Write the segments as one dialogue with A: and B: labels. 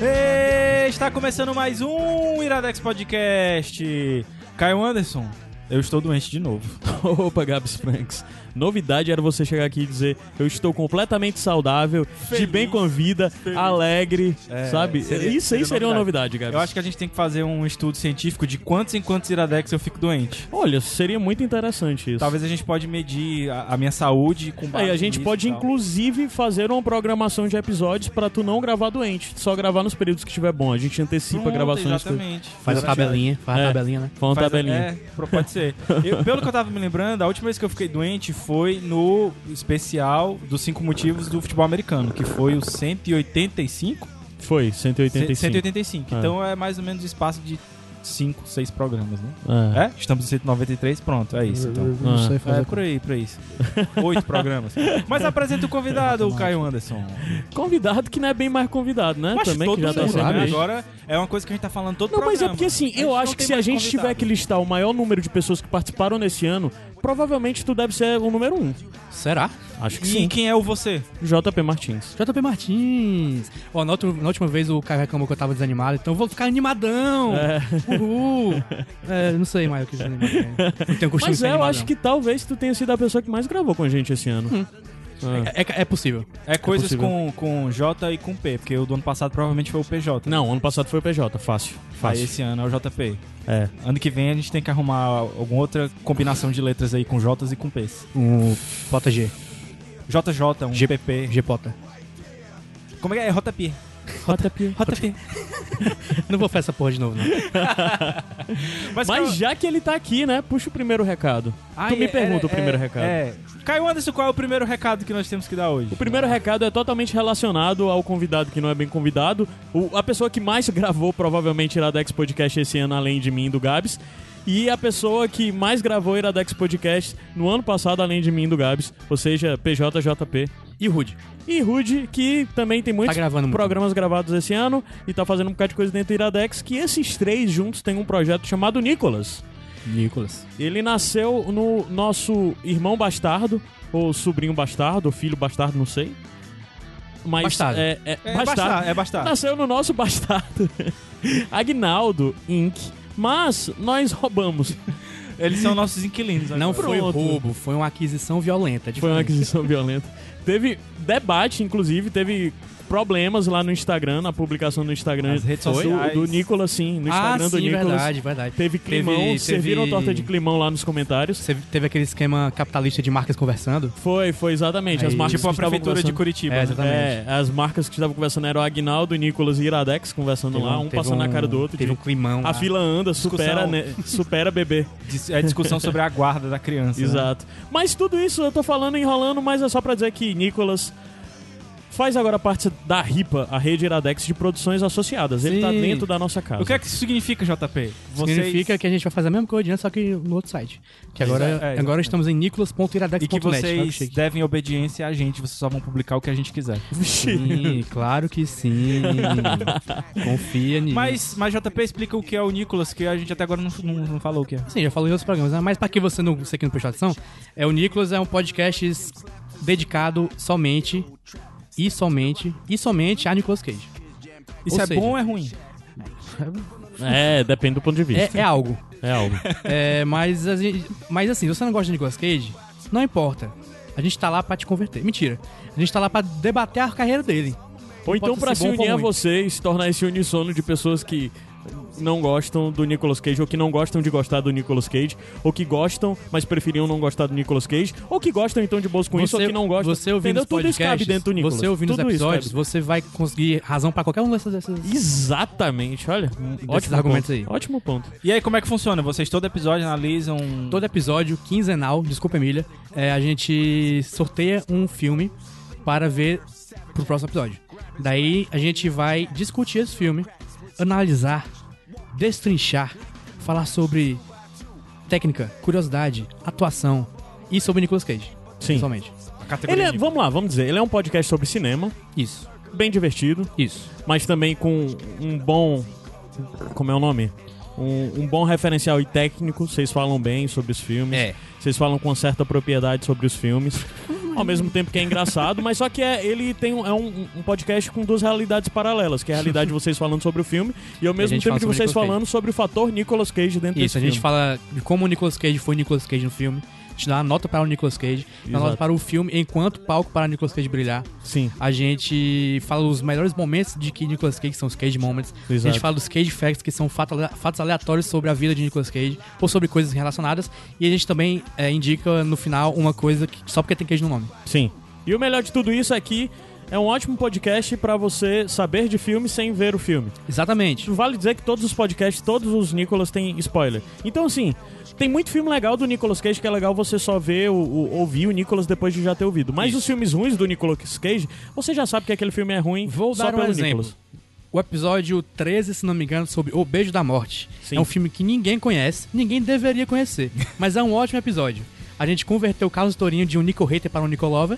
A: Ei, está começando mais um Iradex Podcast. Caio Anderson, eu estou doente de novo.
B: Opa, Gabs Franks. Novidade era você chegar aqui e dizer: Eu estou completamente saudável, de
A: Feliz,
B: bem com a vida, alegre, sabe?
A: É, seria-
B: Isso aí
A: seria
B: seria uma novidade, Gabs.
A: Eu acho que a gente tem que fazer um estudo científico de quantos em quantos Iradex eu fico doente.
B: Olha, seria muito interessante isso.
A: Talvez a gente pode medir a, a minha saúde com base
B: Aí É, a gente
A: nisso
B: pode
A: e tal.
B: inclusive fazer uma programação de episódios pra tu não gravar doente, só gravar nos períodos que estiver bom. A gente antecipa
A: Pronto,
B: gravações.
A: Exatamente.
C: Faz a tabelinha, faz
B: É.
C: a tabelinha, né?
B: Faz uma
A: Faz-
B: tabelinha.
A: É, pro- pode ser. Eu- pelo que eu tava me lembrando, a última vez que eu fiquei doente foi no especial dos cinco motivos do futebol americano, que foi o 185.
B: é. Foi, 185.
A: 185.
B: É.
A: Então é mais ou menos o espaço de 5, 6 programas, né?
B: É.
A: É? Estamos em 193, pronto, é isso. Então.
C: Eu não
B: Ah.
C: sei
A: É
C: fazer.
A: por aí, por isso. Oito programas. Mas apresenta o convidado, o Caio Anderson.
B: Convidado que não é bem mais convidado, né?
A: Mas
B: Também
A: todo
B: que já tá
A: mundo,
B: sendo
A: né?
B: aí.
A: Agora é uma coisa que a gente tá falando todo
B: Não,
A: programa.
B: mas é porque assim, eu
A: A gente
B: acho
A: não
B: que
A: tem
B: se a
A: mais
B: gente
A: convidado.
B: tiver que listar o maior número de pessoas que participaram nesse ano, provavelmente tu deve ser o número um.
C: Será?
B: Acho que
A: E
B: sim.
A: quem é o você?
B: JP Martins.
C: JP Martins. Ó, na, outra- na última vez o Caio reclamou que eu tava desanimado, então eu vou ficar animadão. Uhul. É, não sei mais o que desanimado é. Não tenho costume de
B: Mas
C: ser
B: é, eu
C: animadão.
B: acho que talvez tu tenha sido a pessoa que mais gravou com a gente esse ano.
A: Hum.
B: Ah.
C: É, é possível.
A: É coisas
B: possível.
A: com, com J e com P, porque o do ano passado provavelmente foi o PJ.
B: Não, ano passado foi o PJ, fácil.
A: Aí
B: Fácil.
A: esse ano é o JP.
B: É.
A: Ano que vem a gente tem que arrumar alguma outra combinação de letras aí com J's e com P's.
C: Um Pota G.
A: JJ, um GPP.
C: G Pota.
A: Como é que é? JP.
B: JP.
A: JP.
C: Não vou fazer essa porra de novo, não.
B: Mas já que ele tá aqui, né? Puxa o primeiro recado.
C: Ah,
B: tu me
C: é-
B: pergunta o primeiro recado.
A: É. Caio Anderson, qual é o primeiro recado que nós temos que dar hoje?
B: O primeiro recado é totalmente relacionado ao convidado que não é bem convidado. O- a pessoa que mais gravou, provavelmente, Iradex Podcast esse ano, além de mim e do Gabs. E a pessoa que mais gravou Iradex Podcast no ano passado, além de mim e do Gabs. Ou seja, PJJP.
C: E o Rude?
B: E Rude, que também tem muitos
C: Tá gravando muito.
B: programas gravados esse ano e tá fazendo um bocado de coisa dentro do Iradex. Que esses três juntos têm um projeto chamado Nicolas.
C: Nicolas.
B: Ele nasceu no nosso irmão bastardo, ou sobrinho bastardo, ou filho bastardo, não sei. Mas
C: Bastardo.
B: É, é,
A: É
B: bastardo.
A: bastar, é bastar.
B: Nasceu no nosso bastardo. Agnaldo Inc. Mas nós roubamos.
A: Eles são nossos inquilinos. né?
C: Não
A: agora.
C: foi um
B: Pronto.
C: roubo, foi uma aquisição violenta.
B: Foi uma
C: diferente.
B: aquisição violenta. Teve debate, inclusive, teve problemas lá no Instagram, na publicação no Instagram
A: Nas redes
B: do,
A: sociais.
B: do Nicolas, sim. No
C: Ah,
B: Instagram do
C: sim,
B: Nicolas.
C: verdade, verdade.
B: Teve climão,
C: Teve-
B: serviram
C: teve-
B: torta de climão lá nos comentários.
C: Você teve aquele esquema capitalista de marcas conversando?
B: Foi, foi exatamente. As
C: Aí-
B: marcas
A: Tipo a
B: que estavam
A: prefeitura de
B: conversando.
A: Curitiba.
C: É,
A: né?
C: exatamente.
B: É, as marcas que estavam conversando eram Agnaldo, Nicolas e Iradex conversando
C: Teve
B: lá, um
C: teve
B: passando na cara do outro.
C: Teve um
B: de-
C: climão.
B: a
C: lá.
B: fila anda, supera,
A: Discussão.
B: né, supera bebê.
A: Dis- É discussão sobre a guarda da criança. né?
B: Exato. Mas tudo isso eu tô falando enrolando, mas é só pra dizer que Nicolas faz agora parte da RIPA, a rede Iradex de produções associadas. Ele
C: Sim.
B: tá dentro da nossa casa.
A: O que é que isso significa, JP? Vocês-
C: Significa que a gente vai fazer a mesma coisa, só que no outro site. Que agora,
A: Exa- é, exatamente.
C: agora estamos em nicolas.iradex.net.
A: E que vocês
C: Olha que chique.
A: devem obediência a gente, vocês só vão publicar o que a gente quiser.
B: Vixe.
C: Sim, claro que sim. Confia nisso.
A: Mas, mas JP explica o que é o Nicolas, que a gente até agora não, não- não falou o que é.
C: Sim, já falei em outros programas, né? mas pra que você não você que não prestou atenção, é o Nicolas é um podcast s- dedicado somente e somente e somente a Nicolas Cage.
A: Isso
C: Ou
A: é
C: seja,
A: bom ou é ruim?
B: É, depende do ponto de vista.
C: É, é algo.
B: É, algo.
C: É, mas, a gente- mas assim, se você não gosta de Nicolas Cage, não importa. A gente tá lá pra te converter. Mentira. A gente tá lá pra debater a carreira dele.
B: Ou então
C: Pode
B: pra
C: ser
B: se
C: bom ou
B: unir a
C: ruim.
B: vocês, tornar esse unissono de pessoas que não gostam do Nicolas Cage, ou que não gostam de gostar do Nicolas Cage, ou que gostam, mas preferiam não gostar do Nicolas Cage, ou que gostam então de boas com isso, ou que não gostam.
C: Você ouvindo
B: Entendeu?
C: os
B: Tudo isso
C: podcasts,
B: cabe dentro do Nicolas.
C: você ouvindo os
B: Tudo isso
C: episódios,
B: cabe.
C: você vai conseguir razão pra qualquer um dessas... dessas...
B: Exatamente, olha. Ótimo
C: argumentos
B: ponto.
C: aí.
B: Ótimo ponto.
A: E aí, como é que funciona? Vocês todo episódio analisam.
C: Todo episódio, quinzenal, desculpa Emília, é, a gente sorteia um filme para ver pro próximo episódio. Daí a gente vai discutir esse filme, analisar, destrinchar, falar sobre técnica, curiosidade, atuação e sobre Nicolas Cage.
B: Sim.
C: Somente.
A: a categoria
B: Ele é,
A: de-
B: vamos lá, vamos dizer, ele é um podcast sobre cinema,
C: Isso.
B: bem divertido,
C: Isso.
B: mas também com um bom. Como é o nome? Um, um bom referencial e técnico. Vocês falam bem sobre os filmes.
C: É.
B: Vocês falam com certa propriedade sobre os filmes. Ao mesmo tempo que é engraçado, mas só que é, ele tem um, é um, um podcast com duas realidades paralelas, que é a realidade de vocês falando sobre o filme e ao mesmo
C: gente
B: tempo
C: fala
B: de
C: sobre
B: vocês
C: Nicolas Cage.
B: falando sobre o fator Nicolas Cage dentro
C: Isso,
B: desse
C: a gente
B: filme.
C: fala de como o Nicolas Cage foi Nicolas Cage no filme. A gente dá uma nota para o Nicolas Cage, dá uma
B: Exato.
C: nota para o filme enquanto palco para o Nicolas Cage brilhar.
B: Sim.
C: A gente fala os melhores momentos de que Nicolas Cage, que são os Cage Moments. A
B: Exato.
C: gente fala dos Cage Facts, que são fato- fatos aleatórios sobre a vida de Nicolas Cage ou sobre coisas relacionadas. E a gente também é, indica no final uma coisa que só porque tem Cage no nome.
B: Sim. E o melhor de tudo isso é que é um ótimo podcast pra você saber de filme sem ver o filme.
C: Exatamente.
B: Vale dizer que todos os podcasts, todos os Nicolas têm spoiler. Então, assim, tem muito filme legal do Nicolas Cage que é legal você só ver, o, o- ouvir o Nicolas depois de já ter ouvido. Mas os filmes ruins do Nicolas Cage, você já sabe que aquele filme é ruim
C: Vou
B: só
C: dar um
B: pelo
C: exemplo.
B: Nicolas.
C: O episódio 13, se não me engano, sobre O Beijo da Morte.
B: Sim.
C: É um filme que ninguém conhece, ninguém deveria conhecer, mas é um ótimo episódio. A gente converteu o Carlos Tourinho de um Nico Hater para um Nicolova.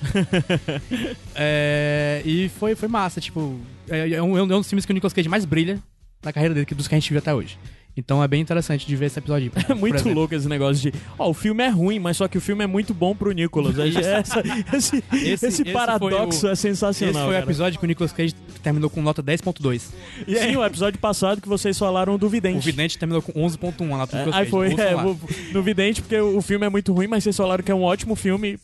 C: é, e foi, foi massa, tipo. É, é um, é um dos filmes que o Nicolas Cage mais brilha na carreira dele, que dos que a gente viu até hoje. Então é bem interessante de ver esse episódio.
B: É muito louco esse negócio de, ó, o filme é ruim, mas só que o filme é muito bom pro Nicolas. É- essa- esse,
C: Esse-
B: esse
C: esse foi
B: paradoxo
C: o-
B: é
C: Esse
B: sensacional.
C: foi o
B: cara.
C: episódio que o Nicolas Cage terminou com nota 10.2.
B: E Sim, o episódio passado que vocês falaram do Vidente.
C: O Vidente terminou com 11.1 a nota do
B: É,
C: Nicolas
B: aí
C: Cage.
B: foi,
C: Ouça
B: é,
C: lá.
B: vou- no Vidente, porque o o filme é muito ruim, mas vocês falaram que é um ótimo filme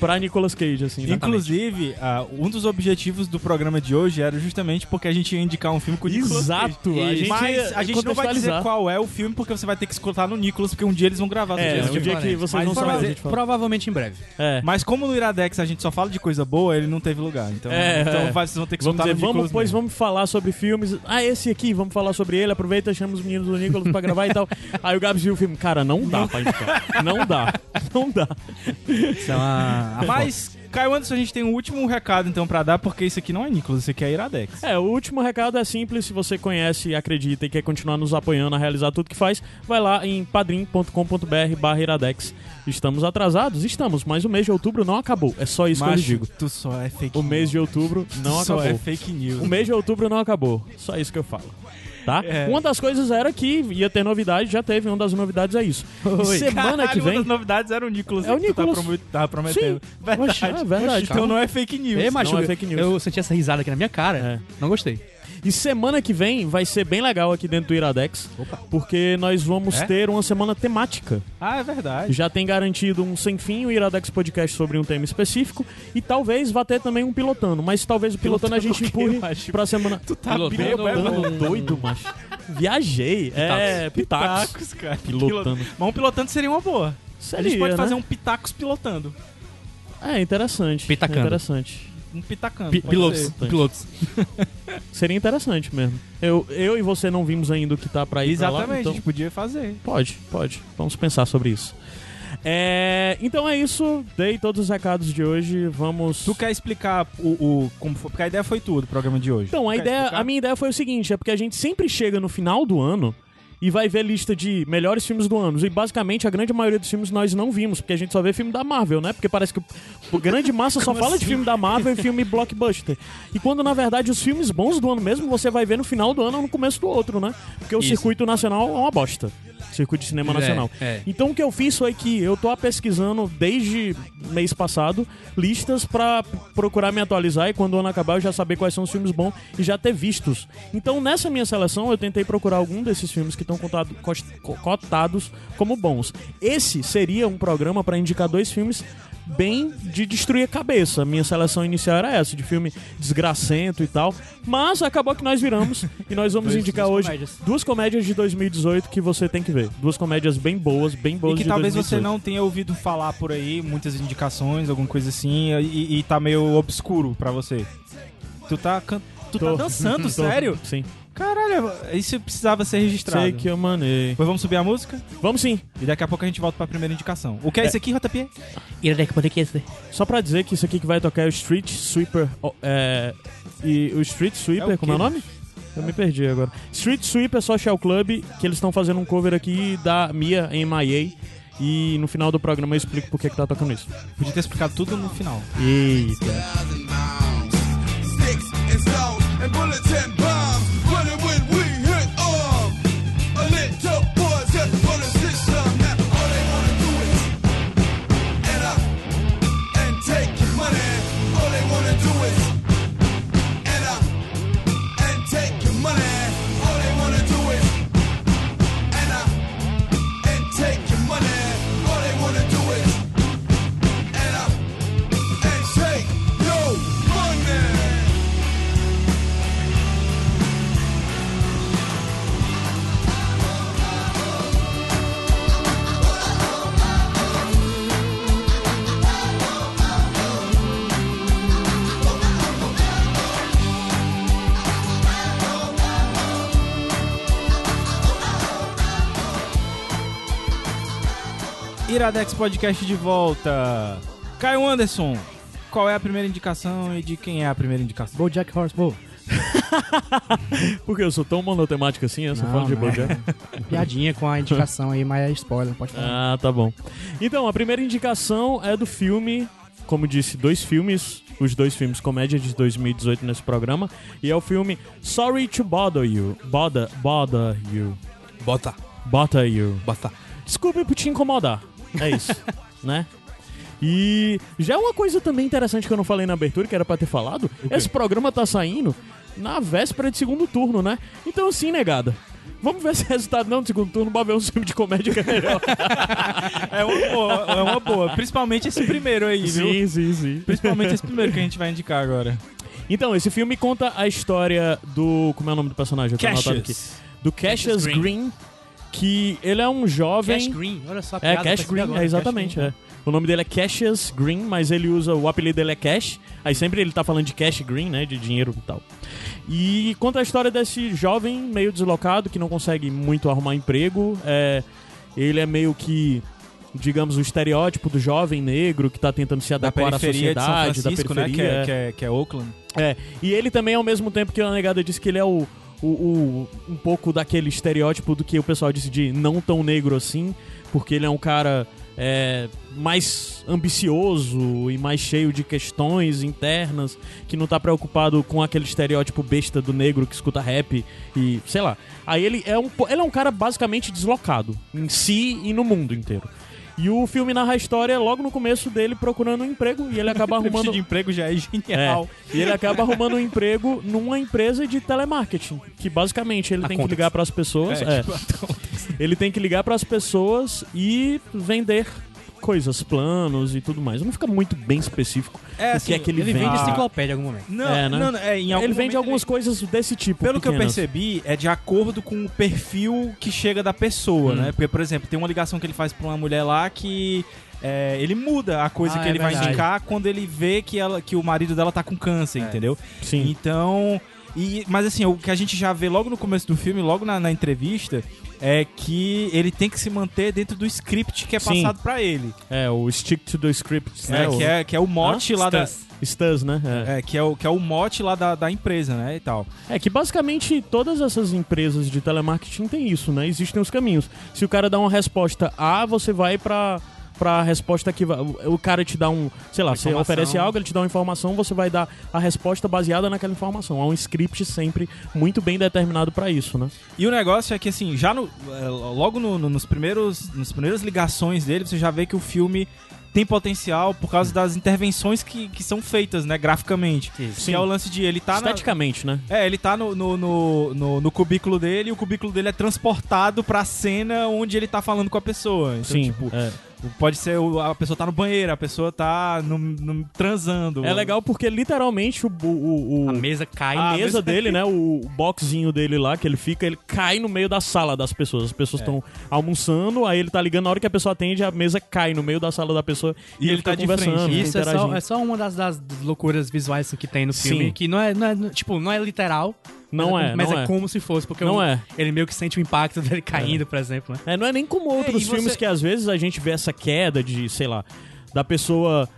B: pra Nicolas Cage, assim. né?
A: Inclusive, ah, um dos objetivos do programa de hoje era justamente porque a gente ia indicar um filme com o Nicolas Cage.
B: Exato. A
C: E-
B: gente
A: Mas
B: ia
A: a gente não vai dizer
B: contextualizar.
A: qual é o filme, porque você vai ter que escutar no Nicolas, porque um dia eles vão gravar. sobre
B: É,
A: esse
C: Dias
B: um
A: filme.
B: dia que
C: diferentes.
B: vocês não
A: Mas
B: sabem, a
A: fazer-
B: gente fala.
C: Provavelmente em breve.
B: É.
A: Mas como no Iradex a gente só fala de coisa boa, ele não teve lugar. Então,
B: É,
A: então
B: é.
A: vai- vocês vão ter que
B: Vamos
A: escutar
B: dizer,
A: no
B: vamos,
A: Nicolas
B: pois
A: mesmo.
B: vamos falar sobre filmes. Ah, esse aqui, vamos falar sobre ele. Aproveita, chama os meninos do Nicolas pra gravar e tal. Aí o Gabs viu o filme. Cara, não dá pra indicar. Não dá. Não dá.
C: Isso é uma.
A: Mas, Caio Anderson, a gente tem um último recado então pra dar, porque isso aqui não é Nicolas, isso aqui é Iradex.
B: É, o último recado é simples. Se você conhece, acredita e quer continuar nos apoiando a realizar tudo que faz, vai lá em padrim.com.br barra iradex. Estamos atrasados? Estamos, mas o mês de outubro não acabou. É só isso que eu lhe digo.
A: tu só é fake
B: O mês de outubro não
A: tu só é
B: acabou.
A: fake news.
B: O mês de outubro não acabou. Só isso que eu falo. Tá?
A: É.
B: Uma das coisas era que ia ter novidade, já teve. Uma das novidades é isso. E Semana
A: Caralho,
B: que
A: Uma
B: vem.
A: das novidades era o Nicolas
B: É o
A: que tu tá
B: Nicolas.
A: promo- tava prometendo.
B: Sim.
A: Verdade.
B: Oxe, é verdade.
A: Então não é fake news.
C: Ei,
B: Não
C: macho,
B: é fake news.
C: Eu senti essa risada aqui na minha cara.
B: É.
C: Não gostei.
B: E semana que vem vai ser bem legal aqui dentro do Iradex, porque nós vamos
A: É?
B: ter uma semana temática.
A: Ah, é verdade.
B: Já tem garantido um sem fim, o Iradex Podcast sobre um tema específico. E talvez vá ter também um pilotando. Mas talvez o pilotando, a gente
A: Pilotando o quê,
B: empurre
A: macho?
B: pra semana. Tu
A: tá Pilotando bêbado,
C: um-
B: doido, macho. Viajei. É, pitacos.
A: Pitacos, cara.
B: Pilotando.
A: Mas um pilotando seria uma boa.
B: Seria,
A: a gente pode
B: né?
A: fazer um pitacos pilotando.
B: É interessante.
C: Pitacando.
B: É interessante.
A: Um pitacando.
B: Pi-
A: pode
B: pilotos.
A: ser.
C: Pilotos.
B: Seria interessante mesmo. Eu, eu e você não vimos ainda o que tá pra ir pra lá,
A: Exatamente, a
B: então-
A: gente podia fazer.
B: Pode, pode. Vamos pensar sobre isso. É, então é isso. Dei todos os recados de hoje. Vamos.
A: Tu quer explicar o, o- como foi? Porque a ideia foi tudo, o programa de hoje.
B: Então, a
A: Quer
B: ideia,
A: explicar?
B: a minha ideia foi o seguinte, é porque a gente sempre chega no final do ano e vai ver lista de melhores filmes do ano. E basicamente a grande maioria dos filmes nós não vimos, porque a gente só vê filme da Marvel, né? Porque parece que o- o grande massa só fala de
C: assim?
B: filme da Marvel e filme blockbuster. E quando na verdade os filmes bons do ano mesmo você vai ver no final do ano ou no começo do outro, né? Porque o
C: Isso.
B: circuito nacional é uma bosta. Circuito de cinema
C: É,
B: nacional.
C: é.
B: Então o que eu fiz foi que eu tô pesquisando desde mês passado listas pra procurar me atualizar e quando o ano acabar eu já saber quais são os filmes bons e já ter vistos. Então nessa minha seleção eu tentei procurar algum desses filmes que estão contado- cos- co- cotados como bons. Esse seria um programa pra indicar dois filmes bem de destruir a cabeça. Minha seleção inicial era essa, de filme desgracento e tal. Mas acabou que nós viramos e nós vamos
C: Dois-
B: indicar
C: duas
B: hoje
C: comédias.
B: duas comédias de 2018 que você tem que ver. Duas comédias bem boas, bem boas
A: E que
B: de
A: talvez
B: 2018.
A: você não tenha ouvido falar por aí, muitas indicações, alguma coisa assim, e, e tá meio obscuro pra você. Tu tá, can... tu tá
B: Tô.
A: dançando,
B: Tô-
A: sério?
B: Sim.
A: Caralho, é, isso precisava ser registrado.
B: Sei que eu manei.
A: Pois vamos subir a música
B: Vamos sim.
A: e daqui a pouco a gente volta pra primeira indicação. O que é, isso aqui, JP?
C: Iradex Podcast.
B: Só pra dizer que isso aqui que vai tocar é o Street Sweeper. ó, É, e o Street Sweeper,
A: É o
B: como é o
A: quê?
B: nome? Eu me perdi agora. Street Sweeper Social Club, que eles estão fazendo um cover aqui da Mia MIA. E no final do programa eu explico por que, que tá tocando isso.
A: Podia ter explicado tudo no final.
B: Eita.
D: Sticks and stones and bullets and bombs. Running when we hit arm. A little boys just for the system. Now all they wanna do is end up and take your money. All they wanna do is end up and take your money. All they wanna do is end up and take your money. All they wanna do is end up and take your money.
A: Iradex Podcast de volta. Caio Anderson, qual é a primeira indicação e de quem é a primeira indicação?
C: Bojack Horseman.
B: Porque eu sou tão monotemático assim, eu só
C: Não,
B: falo de
C: não.
A: é.
B: Bojack.
C: Piadinha com a indicação aí, mas é spoiler, não pode falar.
B: Ah, tá bom. Então, a primeira indicação é do filme, como disse, dois filmes, os dois filmes comédia de 2018 nesse programa, e é o filme Sorry to Bother You. Bother, bother you.
C: Bota,
B: Bother you.
C: bota.
B: Desculpe por te incomodar. É isso, né? E já é uma coisa também interessante que eu não falei na abertura, que era pra ter falado. Esse programa tá saindo na véspera de segundo turno, né? Então, assim, negada. Vamos ver se resultado não do segundo turno, bora ver um filme de comédia que é melhor.
A: É uma boa, é uma boa. Principalmente esse primeiro aí, viu?
B: sim, sim.
A: Principalmente esse primeiro que a gente vai indicar agora.
B: Então, esse filme conta a história do. Como é o nome do personagem? Eu tô anotado aqui.
A: Cassius.
B: Do Cassius
C: Cassius
B: Green.
C: Green.
B: que ele é um jovem.
C: Cash Green, olha só a
B: É,
C: piada
A: tá
B: Cash
C: aparecendo
B: Green, é,
C: agora, Cash
B: exatamente.
C: Green.
B: é. O nome dele é Cassius Green, mas ele usa. O apelido dele é Cash. Aí sempre ele tá falando de Cash Green, né? De dinheiro e tal. E conta a história desse jovem meio deslocado que não consegue muito arrumar emprego. É, ele é meio que. Digamos, o estereótipo do jovem negro que tá tentando se
A: Da
B: adequar à
A: periferia de São
B: sociedade,
A: Francisco,
B: da
A: né? Que
B: periferia.
A: é, que, é, que é Oakland.
B: É, e ele também, ao mesmo tempo que a negada disse que ele é o, o- o- um pouco daquele estereótipo do que o pessoal disse de não tão negro assim, porque ele é um cara é, mais ambicioso e mais cheio de questões internas, que não tá preocupado com aquele estereótipo besta do negro que escuta rap e sei lá. Aí ele é um, po- ele é um cara basicamente deslocado em si e no mundo inteiro. E o filme narra a história logo no começo dele procurando um emprego e ele acaba arrumando.
A: Entrevista de emprego já é genial.
B: É. E ele acaba arrumando um emprego numa empresa de telemarketing, que basicamente ele tem que
C: Acontece.
B: ligar pras pessoas, é.
A: tipo,
B: ele tem que ligar pras pessoas e vender coisas, planos e tudo mais. Não fica muito bem específico
A: É,
B: o
A: assim,
B: que é que ele,
C: Ele vende
B: vende.
C: enciclopédia em algum momento.
A: Não,
B: É, né?
A: não, não, é, em algum
B: ele vende
A: momento
B: algumas coisas desse tipo.
A: Pelo que eu
B: pequenas.
A: percebi, é de acordo com o perfil que chega da pessoa,
B: Hum.
A: né? Porque, por exemplo, tem uma ligação que ele faz pra uma mulher lá que é, ele muda a coisa
C: Ah,
A: que
C: é
A: ele vai
C: verdade.
A: indicar quando ele vê que, ela, que o marido dela tá com câncer, entendeu?
B: Sim.
A: Então. E, mas assim, o que a gente já vê logo no começo do filme, logo na, na entrevista, é que ele tem que se manter dentro do script que é
B: Sim.
A: passado pra ele.
B: É, o stick to the script,
A: né?
B: né?
A: que, é, que é o mote lá da.
B: o... Stas, né? É.
A: É, que é o, que é o mote lá da, da empresa, né? E tal.
B: É que basicamente todas essas empresas de telemarketing tem isso, né? Existem os caminhos. Se o cara dá uma resposta A, você vai pra para resposta que va- o o cara te dá um, sei lá, você
C: Informação.
B: oferece algo, ele te dá uma informação, você vai dar a resposta baseada naquela informação. Há um script sempre muito bem determinado pra isso, né?
A: E o negócio é que, assim, já no, é, logo no- no- nos primeiros, nas primeiras ligações dele, você já vê que o filme tem potencial por causa das intervenções que, que são feitas, né, graficamente.
B: Sim.
A: Que é o lance de ele tá na-
B: Esteticamente, né?
A: É, ele tá no, no, no, no- no cubículo dele e o cubículo dele é transportado pra cena onde ele tá falando com a pessoa. Então,
B: Sim,
A: tipo,
B: é.
A: Pode ser o- a pessoa tá no banheiro, a pessoa tá no, no- transando.
B: É legal porque literalmente o, o- o-
C: A mesa cai.
B: a
C: A
B: mesa dele, né? O boxinho dele lá, que ele fica, ele cai no meio da sala das pessoas. As pessoas estão almoçando, aí ele tá ligando, na hora que a pessoa atende, a mesa cai no meio da sala da pessoa
A: E ele
B: fica
A: tá de
B: conversando,
A: frente.
B: fica
C: Isso é só,
B: interagindo.
C: é só uma das, das loucuras visuais assim, que tem no
B: Sim.
C: filme. Que não é, não é- tipo, não é literal.
B: Não
C: mas
B: é,
C: Mas
B: não
C: é
B: é.
C: como se fosse, porque
B: Não
C: o-
B: é.
C: ele meio que sente o impacto dele caindo, por exemplo, né?
B: É, não é nem como
A: e
B: outros
A: você-
B: filmes que às vezes a gente vê essa queda de, sei lá, da pessoa.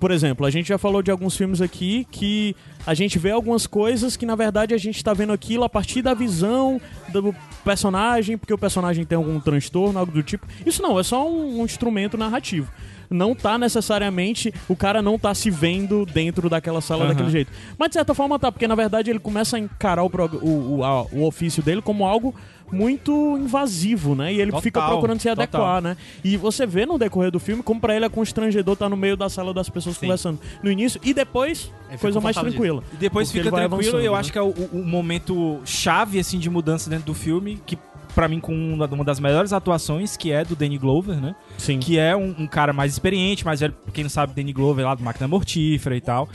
B: Por exemplo, a gente já falou de alguns filmes aqui que a gente vê algumas coisas que na verdade a gente tá vendo aquilo a partir da visão do personagem, porque o personagem tem algum transtorno, algo do tipo. Isso não, é só um, um instrumento narrativo. Não tá necessariamente. O cara não tá se vendo dentro daquela sala
A: Aham.
B: daquele jeito. Mas de certa forma tá, porque na verdade ele começa a encarar o, prog- o, o, a- o ofício dele como algo muito invasivo, né? E ele
A: Total,
B: fica procurando se
A: total.
B: adequar, né? E você vê no decorrer do filme como pra ele é constrangedor estar no meio da sala das pessoas conversando no início e depois
C: fica
B: coisa mais
C: confortável
B: tranquila.
A: E depois
B: Porque ele
A: fica
B: vai
A: tranquilo,
B: avançando,
A: eu
B: né?
A: acho que é o, o- o momento chave assim de mudança dentro do filme, que pra mim com uma uma das melhores atuações, que é do Danny Glover, né?
B: Sim.
A: Que é um, um cara mais experiente, mais velho, quem não sabe, Danny Glover lá do Máquina Mortífera e tal.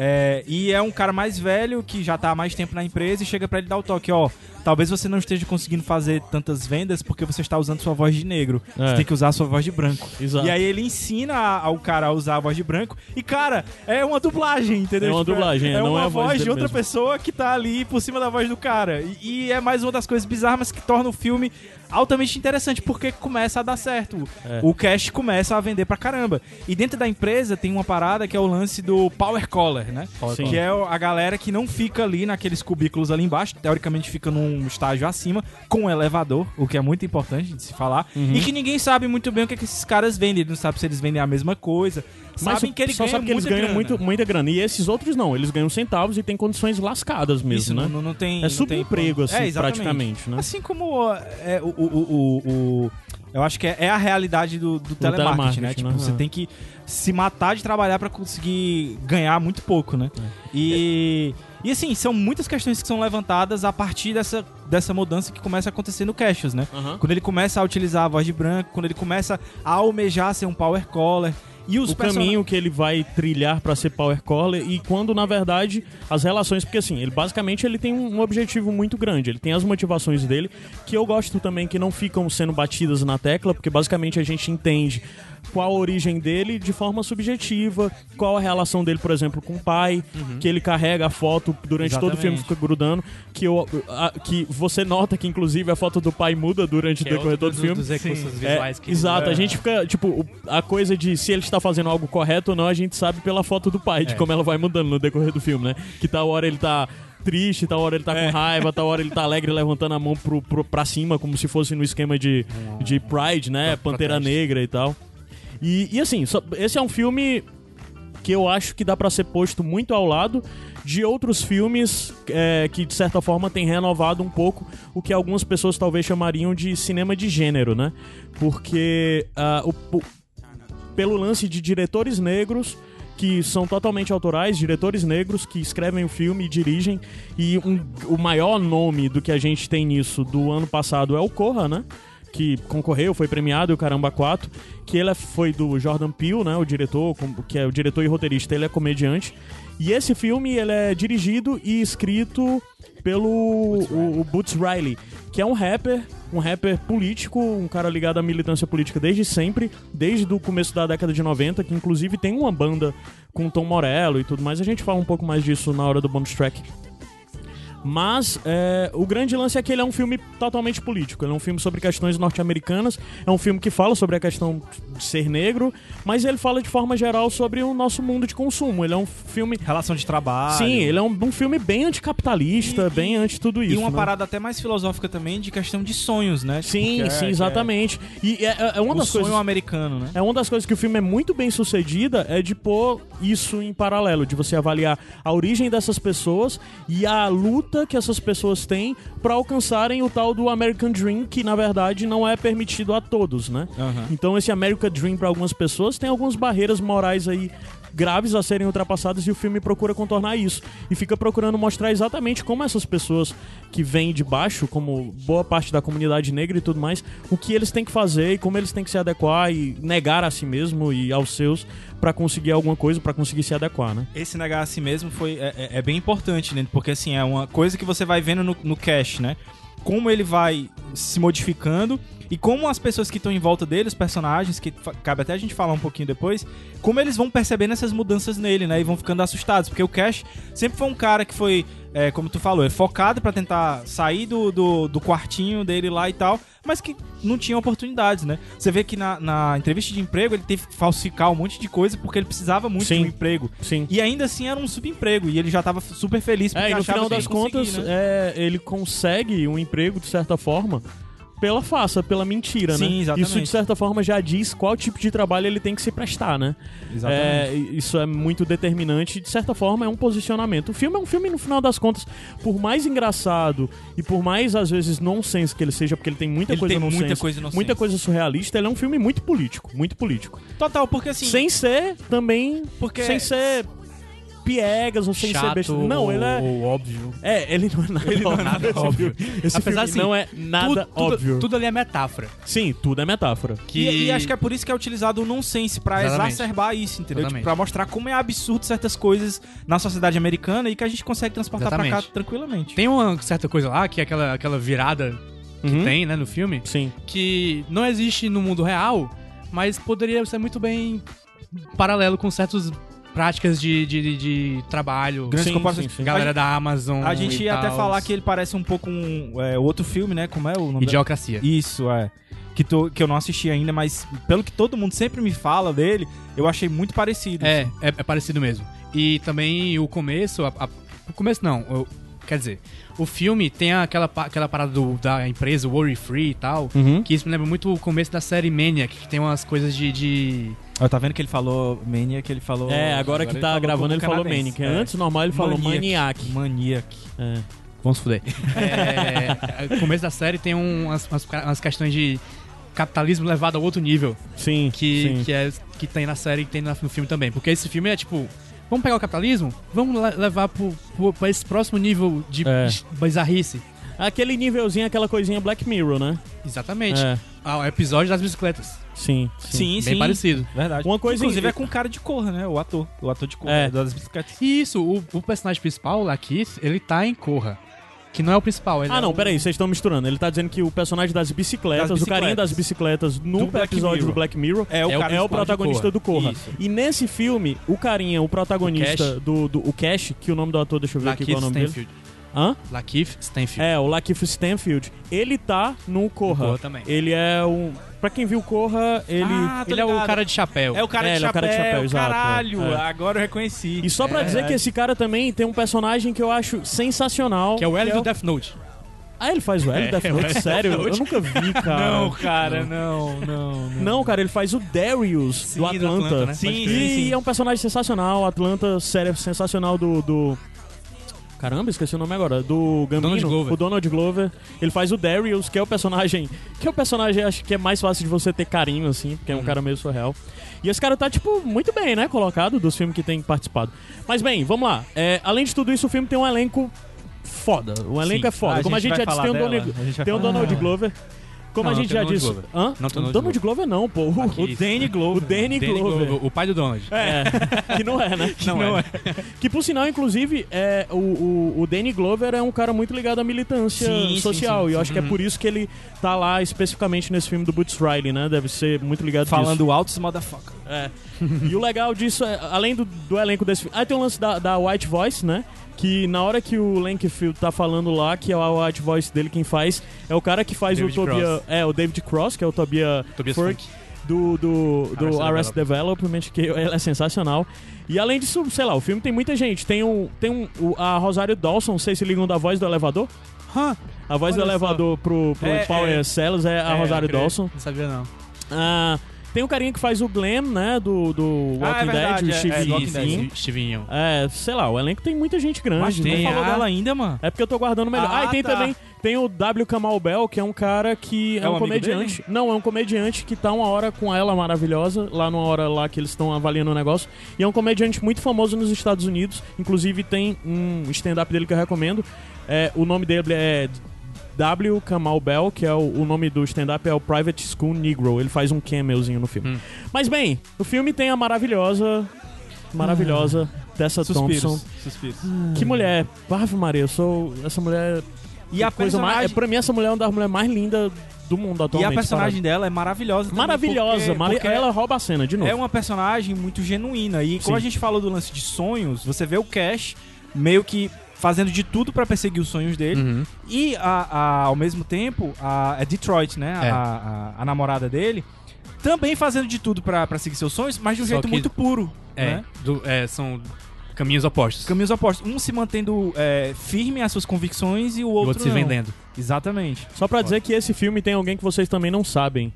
A: É, e é um cara mais velho que já tá há mais tempo na empresa e chega pra ele dar o toque, ó. Talvez você não esteja conseguindo fazer tantas vendas porque você está usando sua voz de negro.
B: É.
A: Você tem que usar sua voz de branco.
B: Exato.
A: E aí ele ensina a- ao cara a usar a voz de branco. E, cara, é uma dublagem, entendeu?
B: É uma
A: Tipo,
B: dublagem,
A: é
B: não
A: uma
B: é a voz
A: voz, de
B: dele
A: outra
B: mesmo.
A: pessoa que tá ali por cima da voz do cara. E, e é mais uma das coisas bizarras mas que torna o filme altamente interessante, porque começa a dar certo.
B: É.
A: O cash começa a vender pra caramba. E dentro da empresa tem uma parada que é o lance do power collar, né?
B: Sim.
A: Que é o- a galera que não fica ali naqueles cubículos ali embaixo, teoricamente fica num estágio acima, com um elevador, o que é muito importante de se falar.
B: Uhum.
A: E que ninguém sabe muito bem o que, é que esses caras vendem. Ele não sabe se eles vendem a mesma coisa.
B: Mas
A: sabem que ele
B: só
A: ganha
B: sabe que eles
A: muita grana.
B: ganham muito, muita grana. E esses outros não, eles ganham centavos e tem condições lascadas mesmo,
A: Isso,
B: né?
A: não, não- não tem.
B: É
A: não tem
B: subemprego,
A: como.
B: assim,
A: exatamente.
B: praticamente, né?
A: Assim como ó, é, o, o, o, o- o- Eu acho que é, é a realidade do, do telemarketing,
B: telemarketing,
A: né?
B: né?
A: Tipo,
B: Aham.
A: você tem que se matar de trabalhar pra conseguir ganhar muito pouco, né?
B: É.
A: E. E assim, são muitas questões que são levantadas a partir dessa, dessa mudança que começa a acontecer no Cassius, né?
B: Aham.
A: Quando ele começa a utilizar a voz de branco, quando ele começa a almejar ser um power caller. E os
B: o
A: person-
B: caminho que ele vai trilhar pra ser power caller e quando na verdade as relações porque assim ele basicamente ele tem um um objetivo muito grande ele tem as motivações dele que eu gosto também que não ficam sendo batidas na tecla porque basicamente a gente entende qual a origem dele de forma subjetiva qual a relação dele por exemplo com o pai que ele carrega a foto durante todo o filme
A: Uhum. Exatamente.
B: fica grudando que eu a- que você nota que inclusive a foto do pai muda durante
A: é
B: o decorrer todo o filme
C: Dos recursos
B: é,
C: visuais que
B: exato, a gente fica, tipo, o- a coisa de se ele está fazendo algo correto ou não, a gente sabe pela foto do
C: É.
B: pai, de como ela vai mudando no decorrer do filme, né? Que tal hora ele tá triste, tal hora ele tá
C: É.
B: com raiva, tal hora ele tá alegre levantando a mão pro, pro, pra cima, como se fosse no esquema de,
C: Hum.
B: de Pride, né? Pantera
C: protesto.
B: Negra e tal. E, e assim, só- esse é um filme que eu acho que dá pra ser posto muito ao lado de outros filmes é, que de certa forma tem renovado um pouco o que algumas pessoas talvez chamariam de cinema de gênero, né? Porque ah, o- o- pelo lance de diretores negros que são totalmente autorais, diretores negros que escrevem o filme e dirigem. E um- o maior nome do que a gente tem nisso do ano passado é o Corra, né? Que concorreu, foi premiado, e o Caramba 4, que ele é- foi do Jordan Peele, né? O diretor, com- que é o diretor e roteirista, ele é comediante. E esse filme, ele é dirigido e escrito pelo o, o Boots Riley, que é um rapper, um rapper político, um cara ligado à militância política desde sempre, desde o começo da década de 90, que inclusive tem uma banda com Tom Morello e tudo mais. A gente fala um pouco mais disso na hora do bonus track. Mas é, o grande lance é que ele é um filme totalmente político. Ele é um filme sobre questões norte-americanas. É um filme que fala sobre a questão de ser negro, mas ele fala de forma geral sobre o nosso mundo de consumo. Ele é um filme
A: Relação de trabalho.
B: Sim, ele é um, um filme bem anticapitalista,
A: E-
B: bem anti tudo isso.
A: E uma
B: né?
A: parada até mais filosófica também de questão de sonhos, né? Tipo,
B: Sim,
A: que é-
B: sim,
A: que é
B: exatamente. E é, é- é uma
A: O
B: das
A: sonho
B: coisas.
A: americano, né?
B: É uma das coisas que o filme é muito bem sucedida é de pôr isso em paralelo, de você avaliar a origem dessas pessoas e a luta que essas pessoas têm pra alcançarem o tal do American Dream, que na verdade não é permitido a todos, né?
A: Aham.
B: Então esse American Dream pra algumas pessoas tem algumas barreiras morais aí graves a serem ultrapassadas e o filme procura contornar isso. E fica procurando mostrar exatamente como essas pessoas que vêm de baixo, como boa parte da comunidade negra e tudo mais, o que eles têm que fazer e como eles têm que se adequar e negar a si mesmo e aos seus pra conseguir alguma coisa, pra conseguir se adequar, né?
A: Esse negar a si mesmo foi, é, é- é bem importante, né? Porque assim, é uma coisa que você vai vendo no, no cast, né? Como ele vai se modificando e como as pessoas que estão em volta dele, os personagens, que fa- cabe até a gente falar um pouquinho depois, como eles vão percebendo essas mudanças nele, né? E vão ficando assustados. Porque o Cash sempre foi um cara que foi, é, como tu falou, é focado pra tentar sair do, do, do quartinho dele lá e tal, mas que não tinha oportunidades, né? Você vê que na, na entrevista de emprego ele teve que falsificar um monte de coisa porque ele precisava muito
B: Sim.
A: de um emprego.
B: Sim.
A: E ainda assim era um subemprego. E ele já tava super feliz porque
B: É, e no
A: achava
B: final
A: que
B: das
A: ia conseguir,
B: contas,
A: né?
B: é, ele consegue um emprego, de certa forma, pela faça, pela mentira, né?
A: Sim, exatamente.
B: Isso, de certa forma, já diz qual tipo de trabalho ele tem que se prestar, né? É, e- isso é muito determinante, e, de certa forma, é um posicionamento. O filme é um filme, no final das contas, por mais engraçado e por mais, às vezes, nonsense que ele seja, porque ele tem muita
A: Ele
B: coisa
A: tem muita
B: nonsense,
A: coisa nonsense.
B: muita coisa surrealista, ele é um filme muito político, muito político.
A: Total, porque assim.
B: Sem ser também.
A: Porque-
B: Sem ser piegas ou sem ser
C: Chato
B: besta. Não, ele é.
C: ou óbvio.
B: É, ele não é nada óbvio. Esse
C: óbvio.
B: filme- Esse
C: Apesar
B: filme
C: assim,
B: não é nada
C: tudo, tudo-
B: óbvio.
C: Tudo ali é metáfora.
B: Sim, tudo é metáfora.
C: Que...
A: E, e acho que é por isso que é utilizado o nonsense, pra
C: Exatamente.
A: exacerbar isso, entendeu? Tipo,
C: Exatamente.
A: pra mostrar como é absurdo certas coisas na sociedade americana e que a gente consegue transportar pra cá
C: Exatamente.
A: tranquilamente.
C: Tem uma certa coisa lá, que é aquela, aquela virada que
B: Uhum.
C: tem, né, no filme,
B: Sim.
C: que não existe no mundo real, mas poderia ser muito bem paralelo com certas práticas de, de, de trabalho.
A: Grandes
B: sim,
A: corporações.
B: sim, sim.
C: Galera da Amazon.
A: A gente
C: e
A: ia até
C: tals.
A: falar que ele parece um pouco um é, outro filme, né? Como é o nome? da-
C: Idiocracia.
A: Isso, é. Que, tô- que eu não assisti ainda, mas pelo que todo mundo sempre me fala dele, eu achei muito parecido.
C: É, é, é parecido mesmo. E também o começo. a- a- o começo não, eu- quer dizer, o filme tem aquela, pa- aquela parada do- da empresa Worry Free e tal.
B: Uhum.
C: Que isso me lembra muito o começo da série Maniac, que tem umas coisas de. de-
A: Ó, tá vendo que ele falou Mania, que ele falou.
B: É, agora, que tá
A: falou
B: gravando
A: como
B: ele falou
A: canadense.
B: Maniac.
A: É.
B: Antes, normal, ele falou Maniac.
A: Maniac.
B: É.
C: Vamos fuder. É, o começo da série tem um- umas, umas ca- umas questões de capitalismo levado a outro nível.
B: Sim,
C: Que,
B: sim.
C: que, é, que tem na série e tem na- no filme também. Porque esse filme é tipo. Vamos pegar o capitalismo? Vamos le- levar pro, pro- pra esse próximo nível de
B: É.
C: bizarrice.
B: Aquele nívelzinho, aquela coisinha Black Mirror, né?
C: Exatamente.
B: É.
C: Ah, o episódio das bicicletas.
B: Sim, sim.
A: Sim, sim.
C: Bem parecido.
A: Verdade.
B: Uma coisa
A: Inclusive
B: em-
A: é com cara de cor, né? O ator. O ator de cor.
B: É.
A: né? Das bicicletas.
C: E isso, o, o personagem principal aqui, ele tá em Corra. Que não é o principal. Ele
B: Ah,
C: é
B: não,
C: o-
B: peraí, vocês estão misturando. Ele tá dizendo que o personagem das bicicletas,
A: Das
B: o carinha
A: bicicletas.
B: das bicicletas no
A: Do Black
B: episódio do
A: Mirror.
B: Black Mirror,
A: É o cara
B: é
A: de Corra.
B: o protagonista do Corra.
A: Isso.
B: E nesse filme, o carinha, o protagonista
C: O Cash.
B: do, do o Cash, que o nome do ator, deixa eu ver aqui
C: Lakeith
B: qual é o nome dele.
C: Stanfield.
B: Hã?
C: Lakeith Stanfield.
B: É, o Lakeith Stanfield. Ele tá no Corra.
C: Corra também.
B: Ele é um. Pra quem viu Corra, ele.
A: Ah, tô
C: Ele é o
A: ligado.
C: cara de chapéu.
A: É o cara,
B: É,
A: de,
B: ele é o
A: chapéu,
B: cara de chapéu, exato,
A: Caralho,
B: é.
A: agora eu reconheci.
B: E só pra dizer que esse cara também tem um personagem que eu acho sensacional.
C: Que é o L do Death Note.
B: Ah, ele faz o L do Death Note? Sério? Eu nunca vi, cara.
A: Não, cara, não, não. não.
B: Não, cara, ele faz o Darius
C: Sim,
B: do
C: do
B: Atlanta.
C: Atlanta, né?
A: Sim,
B: E
A: sim, sim.
B: é um personagem sensacional. Atlanta, série sensacional do. do- Caramba, esqueci o nome agora. Do Gambino,
C: Donald Glover.
B: o Donald Glover. Ele faz o Darius, que é o personagem. Que é o personagem, acho que é mais fácil de você ter carinho, assim, porque é
C: Uhum.
B: um cara meio surreal. E esse cara tá, tipo, muito bem, né? Colocado dos filmes que tem participado. Mas bem, vamos lá. É, além de tudo isso, o filme tem um elenco foda. O elenco
C: Sim.
B: é foda.
A: Ah, a
B: Como a
A: gente
B: gente já
A: vai
B: disse,
A: falar
B: tem o
A: dela,
B: Donald,
A: a gente vai
B: tem o
A: falar.
B: Donald Glover. Como
C: Não,
B: a
C: não
B: gente
C: tem
B: já
C: Donald
B: disse.
C: Glover.
B: Hã?
C: Não tem
B: Donald,
C: Donald
B: Glover não, pô. O
C: Aqui.
A: Danny Glover.
B: o Danny
C: Danny
B: Glover.
C: Glover, O pai do Donald.
B: É, que não é, né? Que
A: não é.
B: Que por sinal, inclusive, é, o, o, o Danny Glover é um cara muito ligado à militância
A: Sim, sim,
B: social.
A: sim,
B: e eu
A: sim.
B: acho que é por isso que ele tá lá especificamente nesse filme do Boots Riley, né? Deve ser muito ligado disso.
A: Falando altos, motherfucker.
B: É. E o legal disso é, além do, do elenco desse filme. Aí tem o lance da, da White Voice, né? Que na hora que o Lankfield tá falando lá, que é a White Voice dele quem faz, é o cara que faz
C: David
B: o Tobia.
C: Cross.
B: É, o David Cross, que é o Tobia,
C: Tobias
B: Furk, do, do, do Arrest
C: Arrested
B: Development, que ele é sensacional. E além disso, sei lá, o filme tem muita gente. Tem um. Tem um o- a Rosário Dawson, vocês se ligam da voz do elevador?
C: Hã?
B: A voz
C: Olha
B: do
C: só.
B: elevador pro, pro
A: É,
B: Power
A: é.
B: Cells é a
C: É,
B: Rosário
C: eu creio.
B: Dawson.
C: Não sabia, não.
B: Ah, tem o carinha que faz o Glenn, né? Do, do Walking
A: Ah, é verdade,
B: Dead, o
A: é,
B: Steve
A: é, do Walking
B: Zinn.
A: Dead, sim.
C: Chivinho.
B: É, sei lá, o elenco tem muita gente grande.
A: Mas
B: né?
A: não
C: tem
A: falou
C: a-
A: dela ainda, mano.
B: É porque eu tô guardando melhor. Ah,
A: Ah,
B: e tem
A: tá.
B: também Tem o W. Kamal Bell, que é um cara que
A: É
B: é,
A: um
B: um,
A: amigo
B: comediante. Não, é um comediante que tá uma hora com ela maravilhosa, lá numa hora lá que eles estão avaliando o negócio. E é um comediante muito famoso nos Estados Unidos. Inclusive tem um stand-up dele que eu recomendo. É, o nome dele é W. Kamal Bell, que é o, o nome do stand-up, é o Private School Negro. Ele faz um cameozinho no filme. Mas bem, o filme tem a maravilhosa. Maravilhosa Tessa
A: Suspiros.
B: Thompson.
A: Suspiros.
B: Que mulher, Ave Maria, eu sou. Essa mulher.
A: E a
B: coisa mais,
A: personagem,
B: pra mim, essa mulher é uma das mulheres mais lindas do mundo
A: e
B: atualmente.
A: a personagem dela é maravilhosa.
B: parado.
A: também,
B: Maravilhosa,
A: porque-
B: mari-
A: porque
B: ela rouba a cena de novo.
A: É uma personagem muito genuína. E como
B: Sim.
A: a gente falou do lance de sonhos, você vê o Cash meio que fazendo de tudo pra perseguir os sonhos
C: Hum.
A: dele.
C: Uhum. Né?
A: E a- a- ao mesmo tempo, a, é Detroit, né?
C: É.
A: A, a- a namorada dele. Também fazendo de tudo pra pra seguir seus sonhos, mas de um
C: Só
A: jeito
C: que-
A: muito puro.
C: É,
A: né?
C: do- é, são caminhos opostos.
A: Caminhos opostos. Um se mantendo é, firme às suas convicções e o
C: e
A: outro,
C: o outro se
A: não.
C: vendendo.
A: Exatamente.
B: Só pra dizer que esse filme tem alguém que vocês também não sabem.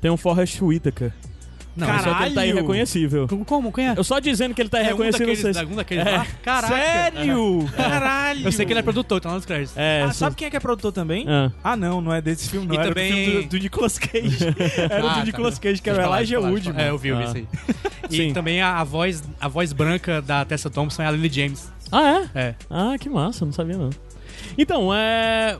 B: Tem um Forrest Whitaker.
C: Não, é
A: Cara,
C: só-
B: Só que ele tá
A: Caralho!
B: irreconhecível.
C: como? Quem é?
B: Eu só dizendo que ele tá
C: é um
B: irreconhecível.
C: daqueles,
B: vocês...
C: algum daqueles
B: É.
C: lá? Caraca!
A: Sério? Caralho!
C: Eu sei que ele é produtor, tá lá nos créditos.
B: É,
A: Ah,
B: vocês-
A: sabe quem é que é produtor também?
B: Ah.
A: Ah, não, não é desse filme, não.
C: E
A: era
C: também-
A: do filme do, do Nicolas Cage. era
C: Ah,
A: do
C: tá.
A: Nicolas Cage, que
C: Deixa
A: era
C: eu
A: o
C: falar,
A: Elijah
C: deixa eu
A: Wood,
C: falar,
A: mano.
C: É, eu vi, eu vi
B: Ah.
C: isso aí.
B: Sim.
C: E também a, a voz, a voz branca da Tessa Thompson é a Lily James.
B: Ah, é?
C: É.
B: Ah, que massa, não sabia não. Então, é.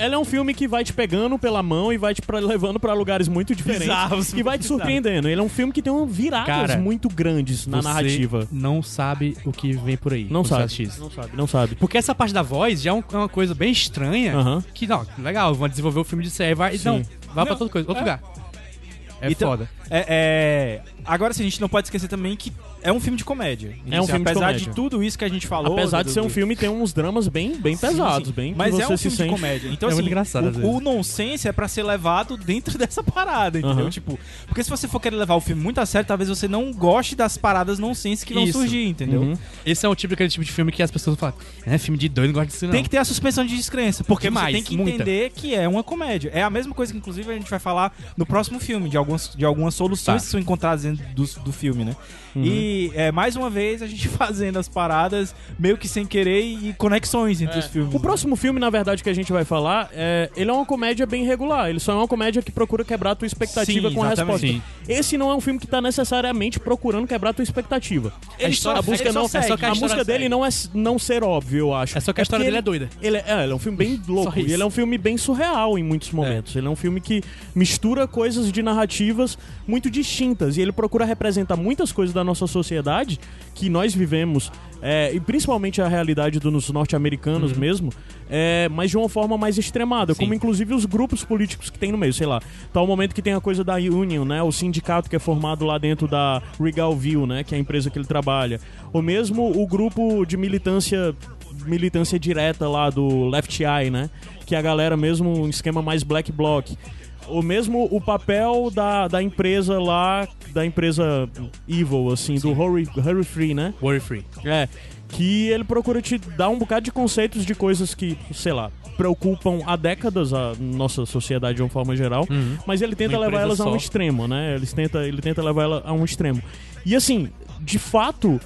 B: Ela é um filme que vai te pegando pela mão e vai te pra- levando pra lugares muito diferentes.
A: Bizarros,
B: e vai te
A: bizarro.
B: surpreendendo. Ele é um filme que tem um viradas
C: Cara,
B: muito grandes na
C: Você
B: narrativa.
C: Não sabe o que vem por aí.
B: Não
C: quando você
B: sabe.
C: assiste isso.
B: Não sabe, não sabe.
C: Porque essa parte da voz já é, um- é uma coisa bem estranha.
B: Aham.
C: Que não, legal, vão desenvolver o filme de série. Vai, não, vai pra
A: Não,
C: outra coisa, outro lugar. É
A: Então-
C: foda.
A: É, é, Agora, assim, a gente não pode esquecer também que é um filme de comédia.
B: É um filme de
A: Apesar
B: comédia.
A: de tudo isso que a gente falou...
B: Apesar
A: do-
B: de ser um
A: do-
B: filme, tem uns dramas bem, bem pesados,
A: Sim, sim.
B: bem que
A: Mas
B: você
A: é um
B: se
A: filme de
B: sente.
A: comédia. Então,
C: É muito
A: assim,
C: engraçado, às
A: o,
C: vezes.
A: o nonsense é pra ser levado dentro dessa parada, entendeu?
B: Aham.
A: Tipo, porque se você for querer levar o filme muito a sério, talvez você não goste das paradas nonsense que vão
C: Isso.
A: surgir, entendeu?
B: Uhum.
C: Esse é o tipo, aquele tipo de filme que as pessoas falam, é filme de doido, não gosta disso não.
A: Tem que ter a suspensão de descrença, porque
C: Demais,
A: você tem que
C: muita.
A: entender que é uma comédia. É a mesma coisa que, inclusive, a gente vai falar no próximo filme, de algumas, de algumas soluções
C: Tá.
A: que são encontradas dentro do, do filme, né? E, é, mais uma vez, a gente fazendo as paradas meio que sem querer e conexões entre os filmes.
B: O próximo filme, na verdade, que a gente vai falar, é, ele é uma comédia bem regular. Ele só é uma comédia que procura quebrar a tua expectativa
A: Sim,
B: com a resposta.
A: exatamente.
B: Esse não é um filme que tá necessariamente procurando quebrar a tua expectativa.
A: Ele
B: só, a
A: só-
B: busca
A: ele só
B: não,
A: segue.
B: é só que a,
C: A história
B: música dele
C: segue.
B: não é s- não ser óbvio, eu acho.
C: É só que a história
B: porque
C: dele é doida.
B: Ele é, é, ele é um filme bem louco. E
C: isso.
B: ele é um filme bem surreal em muitos momentos. Ele é um filme que mistura coisas de narrativas muito distintas. E ele procura representar muitas coisas da nossa sociedade que nós vivemos. é, e principalmente a realidade dos norte-americanos mesmo, é, mas de uma forma mais extremada, como inclusive os grupos políticos que tem no meio, sei lá. Tá o momento que tem a coisa da Union, né? O sindicato que é formado lá dentro da Regal View, né? Que é a empresa que ele trabalha. Ou mesmo o grupo de militância militância direta lá do Left Eye, né? Que a galera mesmo um esquema mais black bloc. O mesmo o papel da, da empresa lá, da empresa evil, assim, do Hurry, Hurry Free, né?
C: Worry Free.
B: É. Que ele procura te dar um bocado de conceitos de coisas que, sei lá, preocupam há décadas a nossa sociedade de uma forma geral, mas ele tenta
C: Uhum. Uma
B: levar
C: empresa
B: elas a um
C: só.
B: extremo, né? Eles tenta, ele tenta levar ela a um extremo. E assim, de fato,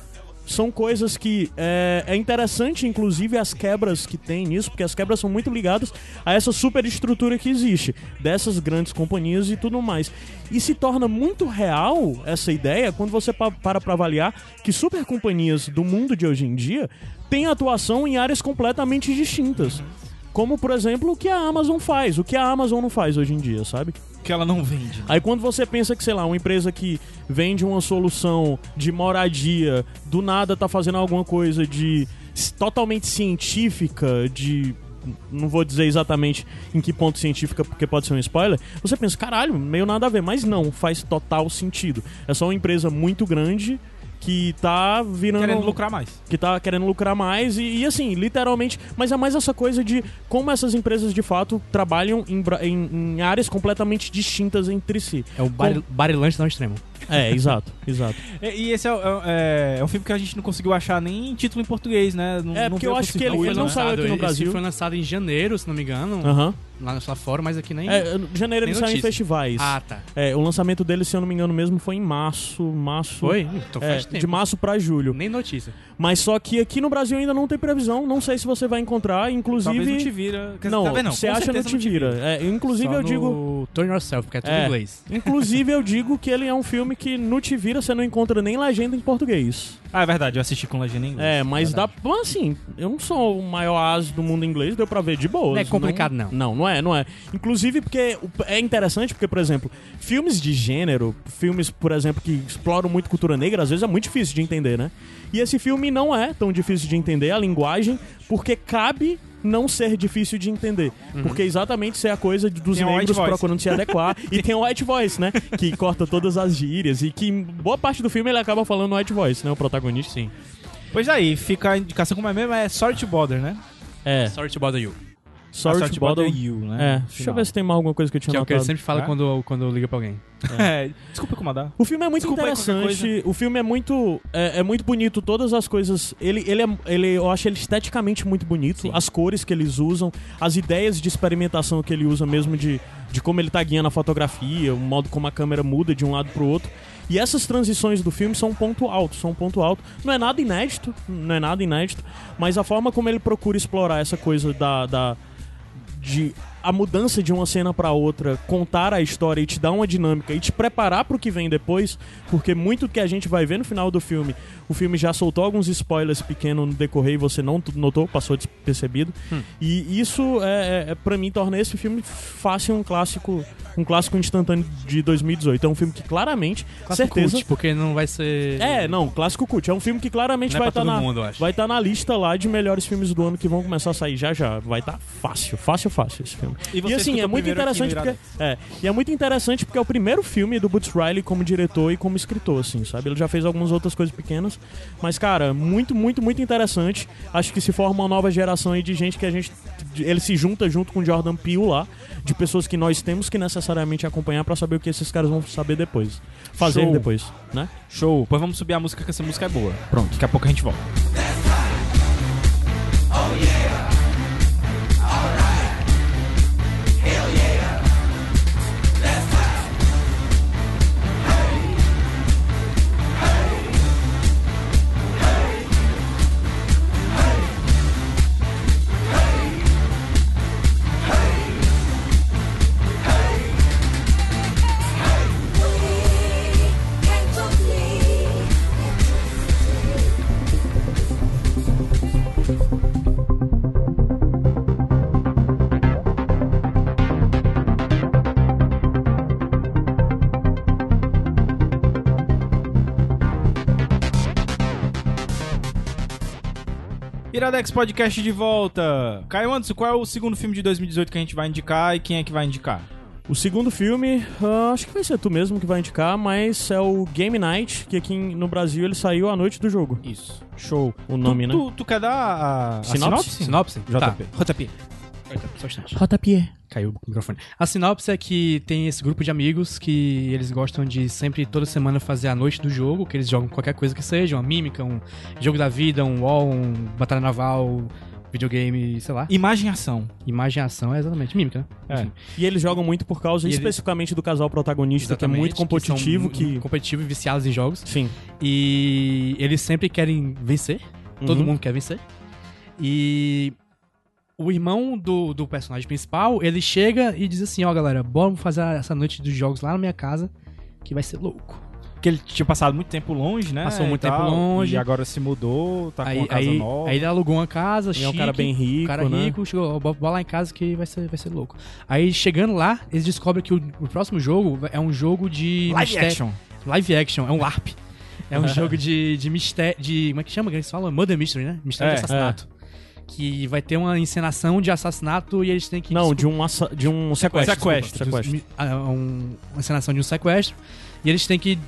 B: são coisas que é, é interessante, inclusive, as quebras que tem nisso, porque as quebras são muito ligadas a essa superestrutura que existe, dessas grandes companhias e tudo mais. E se torna muito real essa ideia quando você pa- para pra avaliar que super companhias do mundo de hoje em dia têm atuação em áreas completamente distintas. Como, por exemplo, o que a Amazon faz, o que a Amazon não faz hoje em dia, sabe?
A: que ela não vende. né?
B: Aí quando você pensa que, sei lá, uma empresa que vende uma solução de moradia, do nada tá fazendo alguma coisa de s- totalmente científica, de não vou dizer exatamente em que ponto científica, porque pode ser um spoiler. Você pensa, caralho, meio nada a ver, mas não, faz total sentido. É só uma empresa muito grande que tá virando
A: Querendo lucrar mais.
B: que tá querendo lucrar mais e, e, assim, literalmente, mas é mais essa coisa de como essas empresas de fato trabalham em, bra- em- em áreas completamente distintas entre si.
C: É o bar, barilante não extremo.
B: É, exato, exato.
A: E, e esse é, o- é, é um filme que a gente não conseguiu achar nem título em português, né? Não-
B: É,
A: não
B: porque
A: veio
B: eu acho
A: pro
B: que ele-
A: circuito,
B: ele não
A: né?
B: saiu aqui no
C: esse
B: Brasil.
C: foi lançado em janeiro, se não me engano.
B: Aham.
C: lá, lá fora, mas aqui nem.
B: É, janeiro
C: Nem
B: ele saiu em
C: notícia.
B: festivais.
C: ah, tá.
B: É, o lançamento dele, se eu não me engano mesmo, foi em março. março
C: Foi? Então
B: É,
C: faz tempo.
B: de março pra julho.
C: Nem notícia.
B: Mas só que aqui no Brasil ainda não tem previsão, não sei se você vai encontrar, inclusive.
A: Talvez não te vira. Quer dizer,
B: Não,
A: talvez
B: você
A: com
B: acha não
A: certeza
B: te vira. É, inclusive
C: Só
B: eu
C: no
B: digo,
C: Turn Yourself, porque é tudo
B: É.
C: em inglês.
B: inclusive eu digo que ele é um filme que no te vira você não encontra nem legenda em português.
A: Ah, é verdade, eu assisti com legenda em inglês.
B: É, mas dá, bom, assim, eu não sou o maior as do mundo inglês, deu pra ver de boa.
C: Não é complicado, não.
B: Não, não é, não é. Inclusive porque o- é interessante porque, por exemplo, filmes de gênero, filmes, por exemplo, que exploram muito cultura negra, às vezes é muito difícil de entender, né? E esse filme não é tão difícil de entender a linguagem, porque cabe não ser difícil de entender. Porque exatamente isso é a coisa de- dos
A: Uhum. Tem um
B: negros
A: white voice.
B: procurando se adequar. e tem o white voice, né? Que corta todas as gírias e que em boa parte do filme ele acaba falando white voice, né? O protagonista. Sim.
A: Pois aí, fica a indicação como é mesmo, é Sorry to Bother, né?
B: É.
C: Sorry to bother you.
B: Sorry,
A: Ah,
B: to bother
A: You,
B: É,
A: né?
B: deixa eu ver se tem mais alguma coisa que eu tinha
C: Que é o que ele
B: notado.
C: sempre fala
A: É?
C: quando, quando liga pra alguém.
A: É, desculpa incomodar.
B: O filme é muito
A: Desculpa aí qualquer
B: interessante, o filme é muito é, é muito bonito, todas as coisas, ele, ele, é- ele eu acho ele esteticamente muito bonito, as cores que eles usam, as ideias de experimentação que ele usa mesmo de, de como ele tá guiando a fotografia, o modo como a câmera muda de um lado pro outro. E essas transições do filme são um ponto alto, são um ponto alto. Não é nada inédito, não é nada inédito, mas a forma como ele procura explorar essa coisa da- da de a mudança de uma cena pra outra, contar a história e te dar uma dinâmica e te preparar pro que vem depois, porque muito que a gente vai ver no final do filme, o filme já soltou alguns spoilers pequenos no decorrer e você não t- notou, passou despercebido.
C: Hum.
B: E isso é, é para mim torna esse filme fácil um clássico, um clássico instantâneo de 2018. É um filme que claramente,
C: Clássico
B: certeza,
C: cult, porque não vai ser.
B: é, não, clássico cult. É um filme que claramente
C: Não é
B: vai
C: pra
B: estar
C: todo
B: na
C: mundo, eu acho.
B: vai tá na lista lá de melhores filmes do ano que vão começar a sair já já. Vai estar fácil, fácil, fácil esse filme.
A: E você
B: assim,
A: escutou
B: é muito
A: primeiro aqui no
B: interessante porque é, e é muito interessante porque é o primeiro filme do Boots Riley como diretor e como escritor, assim, sabe? Ele já fez algumas outras coisas pequenas, mas cara, muito, muito, muito interessante. Acho que se forma uma nova geração aí de gente que a gente de- ele se junta junto com o Jordan Peele lá, de pessoas que nós temos que necessariamente acompanhar pra saber o que esses caras vão saber depois, fazer
A: Show.
B: depois, né?
A: Show, pois vamos subir a música, que essa música é boa. Pronto, daqui a pouco a gente volta. Iradex Podcast de volta. Caio Anderson, qual é o segundo filme de 2018 que a gente vai indicar e quem é que vai indicar?
B: O segundo filme, ah, acho que vai ser tu mesmo que vai indicar, mas é o Game Night, que aqui em- no Brasil ele saiu à noite do jogo.
C: Isso.
B: Show. O
A: tu,
B: nome, né?
A: tu, tu quer dar a, a
B: Sinopse?
A: sinopse?
C: Sinopse? Tá.
A: JP. JP.
C: Só um instante.
B: Rotapie.
C: Caiu o microfone. A sinopse é que tem esse grupo de amigos que eles gostam de sempre, toda semana, fazer a noite do jogo, que eles jogam qualquer coisa que seja, uma mímica, um jogo da vida, um wall, um batalha naval, videogame, sei lá.
A: Imagem e ação.
C: Imagem e ação é exatamente mímica, né?
A: É.
B: E eles jogam muito por causa
C: E ele-
B: especificamente do casal protagonista, que é muito competitivo,
C: que... são
B: que...
C: muito competitivo e viciados em jogos.
B: Sim.
C: E eles sempre querem vencer. Todo
B: Uhum.
C: mundo quer vencer. E o irmão do, do personagem principal, ele chega e diz assim, ó galera, vamos fazer essa noite dos jogos lá na minha casa, que vai ser louco.
A: Que ele tinha passado muito tempo longe, né?
C: Passou
A: e
C: muito tempo
A: tal,
C: longe.
A: E agora se mudou, tá com
C: aí,
A: uma casa
C: aí,
A: nova.
C: aí ele alugou uma casa,
B: E
C: chique,
B: é um cara bem rico,
C: um cara
B: né?
C: rico, chegou, ó, bora bora lá em casa que vai ser, vai ser louco. Aí chegando lá, eles descobrem que o, o próximo jogo é um jogo de
A: Live
C: mistério-
A: action.
C: Live action, é um LARP. É um jogo de, de mistério. De, como é que chama? que Eles falam Murder Mystery, né? Mistério
A: É,
C: de assassinato. Que vai ter uma encenação de assassinato e eles têm que.
B: Não,
C: descobrir-
B: de um, assa- de um sequestro.
A: Sequestro.
B: desculpa, sequestro.
C: de um- ah, um- uma encenação de um sequestro. E eles têm que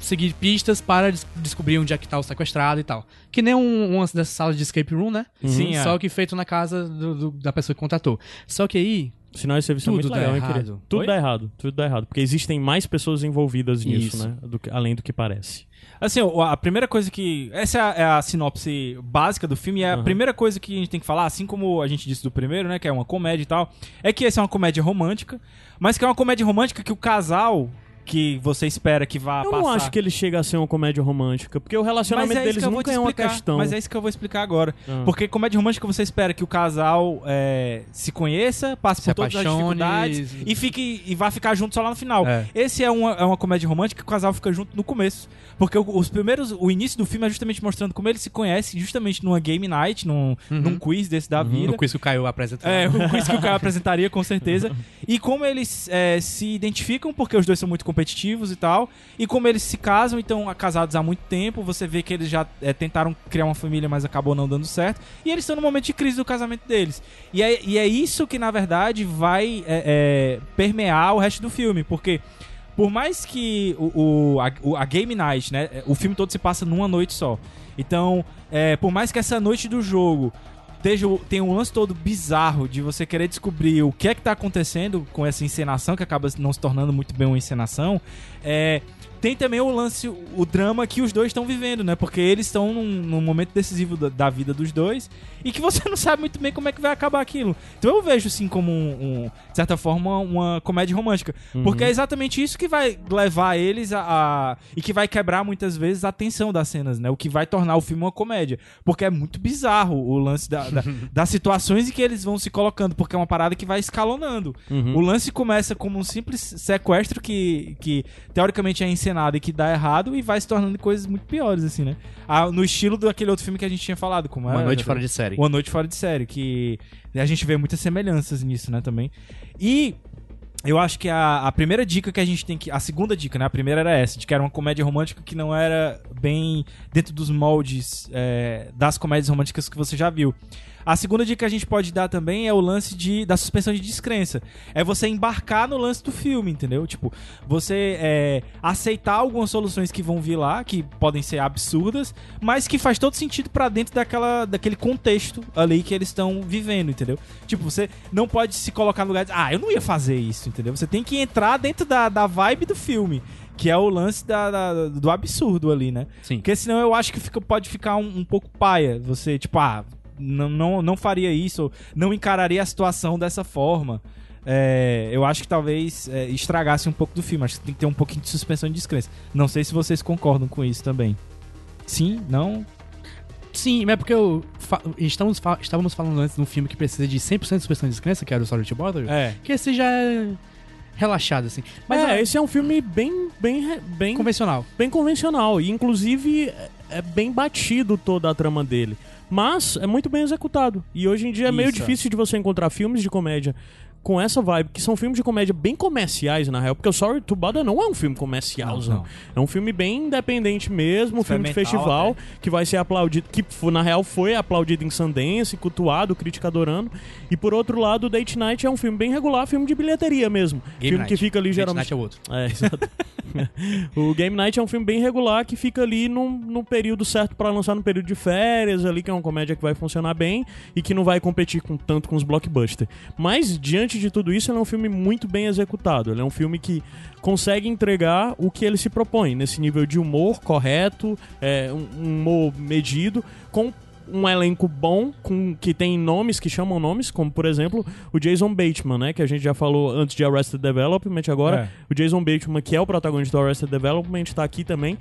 C: seguir pistas para des- descobrir onde é que tá o sequestrado e tal. Que nem um, uma dessas salas de escape room, né?
A: Sim, é.
C: Só que feito na casa do- do- da pessoa que contratou. Só que aí
B: Sinal de serviço é
C: Tudo
B: muito
C: dá
B: legal, hein,
C: errado.
B: querido? Tudo
A: Oi?
B: dá errado, tudo dá errado. Porque existem mais pessoas envolvidas nisso,
C: Isso.
B: né? do que- além do que parece.
A: Assim, o- a primeira coisa que. Essa é a, é a sinopse básica do filme. E é a
B: Aham.
A: primeira coisa que a gente tem que falar, assim como a gente disse do primeiro, né? Que é uma comédia e tal. É que essa é uma comédia romântica. Mas que é uma comédia romântica que o casal que você espera que vá
B: eu
A: passar.
B: não acho que ele chega a ser uma comédia romântica, porque o
A: Mas
B: relacionamento
A: é isso
B: deles
A: que eu vou
B: nunca
A: te
B: é uma
A: explicar,
B: questão.
A: Mas é isso que eu vou explicar agora.
C: Hum.
B: Ah.
A: Porque comédia romântica você espera que o casal é, se conheça, passe por
C: Se
A: todas as
C: apaixone,
A: dificuldades
C: se-
A: e, fique, e vá ficar junto só lá no final.
C: É.
A: Esse é uma, é uma comédia romântica que o casal fica junto no começo. Porque o- os primeiros. O início do filme é justamente mostrando como eles se conhecem, justamente numa game night, num, num quiz desse da vida.
C: Uhum. No quiz que o Caio apresenta.
A: É, um quiz que o cara apresentaria, com certeza. E como eles é, se identificam, porque os dois são muito competitivos e tal. E como eles se casam, então casados há muito tempo. Você vê que eles já é, tentaram criar uma família, mas acabou não dando certo. E eles estão no momento de crise do casamento deles. E é, e é isso que, na verdade, vai é, é, permear o resto do filme, porque. Por mais que o, o- a, o- a Game Night, né? O filme todo se passa numa noite só. Então, é, por mais que essa noite do jogo Teja, tem um lance todo bizarro de você querer descobrir o que é que tá acontecendo com essa encenação, que acaba não se tornando muito bem uma encenação. É, tem também o lance, o drama que os dois estão vivendo, né? Porque eles estão num, num momento decisivo da, da vida dos dois e que você não sabe muito bem como é que vai acabar aquilo. Então eu vejo, assim, como, um, um- de certa forma, uma comédia romântica. Porque é
C: Uhum.
A: exatamente isso que vai levar eles a, a- e que vai quebrar muitas vezes a tensão das cenas, né? O que vai tornar o filme uma comédia. Porque é muito bizarro o lance da- da- das situações em que eles vão se colocando, porque é uma parada que vai escalonando.
C: Hum.
B: Uhum.
A: O lance começa como um simples sequestro que, que teoricamente é encenado e que dá errado e vai se tornando coisas muito piores, assim, né? Ah, no estilo daquele outro filme que a gente tinha falado, como
C: Uma
A: era,
C: noite
A: né?
C: fora de série.
A: Uma Noite Fora de Série, que né, a gente vê muitas semelhanças nisso, né, também. E eu acho que a, a primeira dica que a gente tem que. A segunda dica, né? A primeira era essa, de que era uma comédia romântica que não era bem dentro dos moldes é, das comédias românticas que você já viu. A segunda dica que a gente pode dar também é o lance de, da suspensão de descrença. É você embarcar no lance do filme, entendeu? Tipo, você é, aceitar algumas soluções que vão vir lá, que podem ser absurdas, mas que faz todo sentido pra dentro daquela, daquele contexto ali que eles estão vivendo, entendeu? Tipo, você não pode se colocar no lugar de, ah, eu não ia fazer isso, entendeu? Você tem que entrar dentro da, da vibe do filme, que é o lance da- da- do absurdo ali, né?
C: Sim.
A: Porque senão eu acho que fica, pode ficar um, um pouco paia. Você, tipo, ah, não, não, não faria isso, ou não encararia a situação dessa forma. É, eu acho que talvez é, estragasse um pouco do filme. Acho que tem que ter um pouquinho de suspensão de descrença. Não sei se vocês concordam com isso também. Sim? Não?
C: Sim, mas é porque eu fa- estamos fa- estávamos falando antes de um filme que precisa de 100% de suspensão de descrença, que era o Sorry to Bother.
B: Tipo,
A: É.
C: Que esse já é relaxado, assim. Mas
B: Mas é,
C: é,
B: esse é um filme bem, bem, re- bem,
C: convencional.
B: bem convencional. E, inclusive, é- é bem batido toda a trama dele. Mas é muito bem executado. E hoje em dia é meio
A: Isso, é.
B: difícil de você encontrar filmes de comédia com essa vibe, que são filmes de comédia bem comerciais, na real. Porque o Sorry to Bother não é um filme comercial,
A: Não,
B: Zão.
A: não.
B: É um filme bem independente mesmo, um filme de
A: Experimental né?
B: festival, que vai ser aplaudido, que fo- na real foi aplaudido em Sundance, cultuado, crítica adorando. E por outro lado, Date Night é um filme bem regular, filme de bilheteria mesmo. filme
C: Night.
B: que fica ali
C: Date
B: geralmente...
C: Night é o outro.
B: É, exato. o Game Night é um filme bem regular que fica ali num, num período certo pra lançar no período de férias, ali que é uma comédia que vai funcionar bem e que não vai competir com, tanto com os blockbusters. Mas, diante de tudo isso, ele é um filme muito bem executado. Ele é um filme que consegue entregar o que ele se propõe, nesse nível de humor correto, é, um, um humor medido, com um elenco bom, com que tem nomes que chamam nomes, como por exemplo o Jason Bateman, né? Que a gente já falou antes de Arrested Development agora.
A: É.
B: O Jason Bateman, que é o protagonista do Arrested Development, tá aqui também,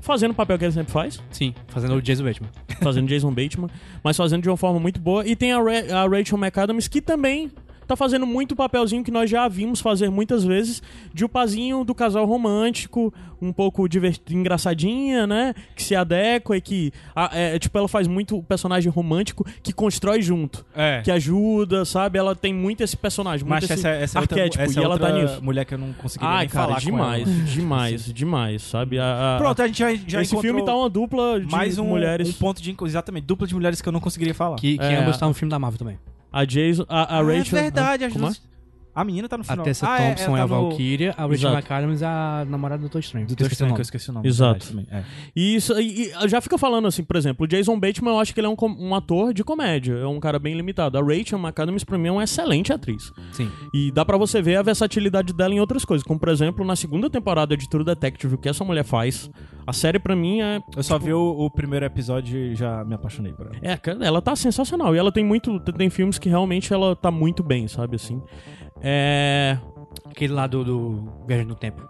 B: fazendo o papel que ele sempre faz,
C: Sim, fazendo o Jason Bateman.
B: fazendo Jason Bateman, mas fazendo de uma forma muito boa. E tem a, Ra- a Rachel McAdams, que também tá fazendo muito papelzinho que nós já vimos fazer muitas vezes, de o pazinho do casal romântico, um pouco diverti- engraçadinha, né? Que se adequa e que, a- é, tipo, ela faz muito o personagem romântico que constrói junto.
A: É.
B: Que ajuda, sabe? Ela tem muito esse personagem, muito assim,
A: Mas
B: esse
A: essa, essa é outra,
B: arquétipo.
A: essa é
B: e ela
A: outra
B: tá nisso.
A: mulher que eu não consegui
B: Ai,
A: nem
B: cara,
A: falar com
B: demais,
A: ela.
B: demais, demais, sabe? A- a-
A: Pronto, a gente já, já
B: esse
A: encontrou
B: filme tá uma dupla de
A: mais um,
B: mulheres.
A: um ponto de... enco- Exatamente, dupla de mulheres que eu não conseguiria falar.
C: Que, que
B: É.
C: ambos estão no filme da Marvel também.
B: A Jason, a, a
A: Ah,
B: Rachel.
A: É verdade,
B: ah,
A: as
B: como é?
A: duas... A menina tá no final.
C: A Tessa
A: Ah, é, ela
C: Thompson é,
A: tá
C: a
A: no-
C: Valkyria, a Rachel
B: Exato.
C: McAdams é a namorada do Doutor Estranho.
A: Do
C: Esqueci o
A: Tessa que eu
C: nome.
A: esqueci o nome.
B: Exato.
A: verdade, também, é.
B: E isso e, e já fica falando assim, por exemplo, o Jason Bateman eu acho que ele é um, com- um ator de comédia, é um cara bem limitado. A Rachel McAdams pra mim é uma excelente atriz.
C: Sim.
B: E dá pra você ver a versatilidade dela em outras coisas, como por exemplo, na segunda temporada de True Detective, o que essa mulher faz. A série pra mim é
A: Eu só vi o, o primeiro episódio e já me apaixonei por ela.
B: é, cara, ela tá sensacional. E ela tem muito. Tem filmes que realmente ela tá muito bem, sabe? Assim. É.
C: Aquele lá do, do Viagem no Tempo.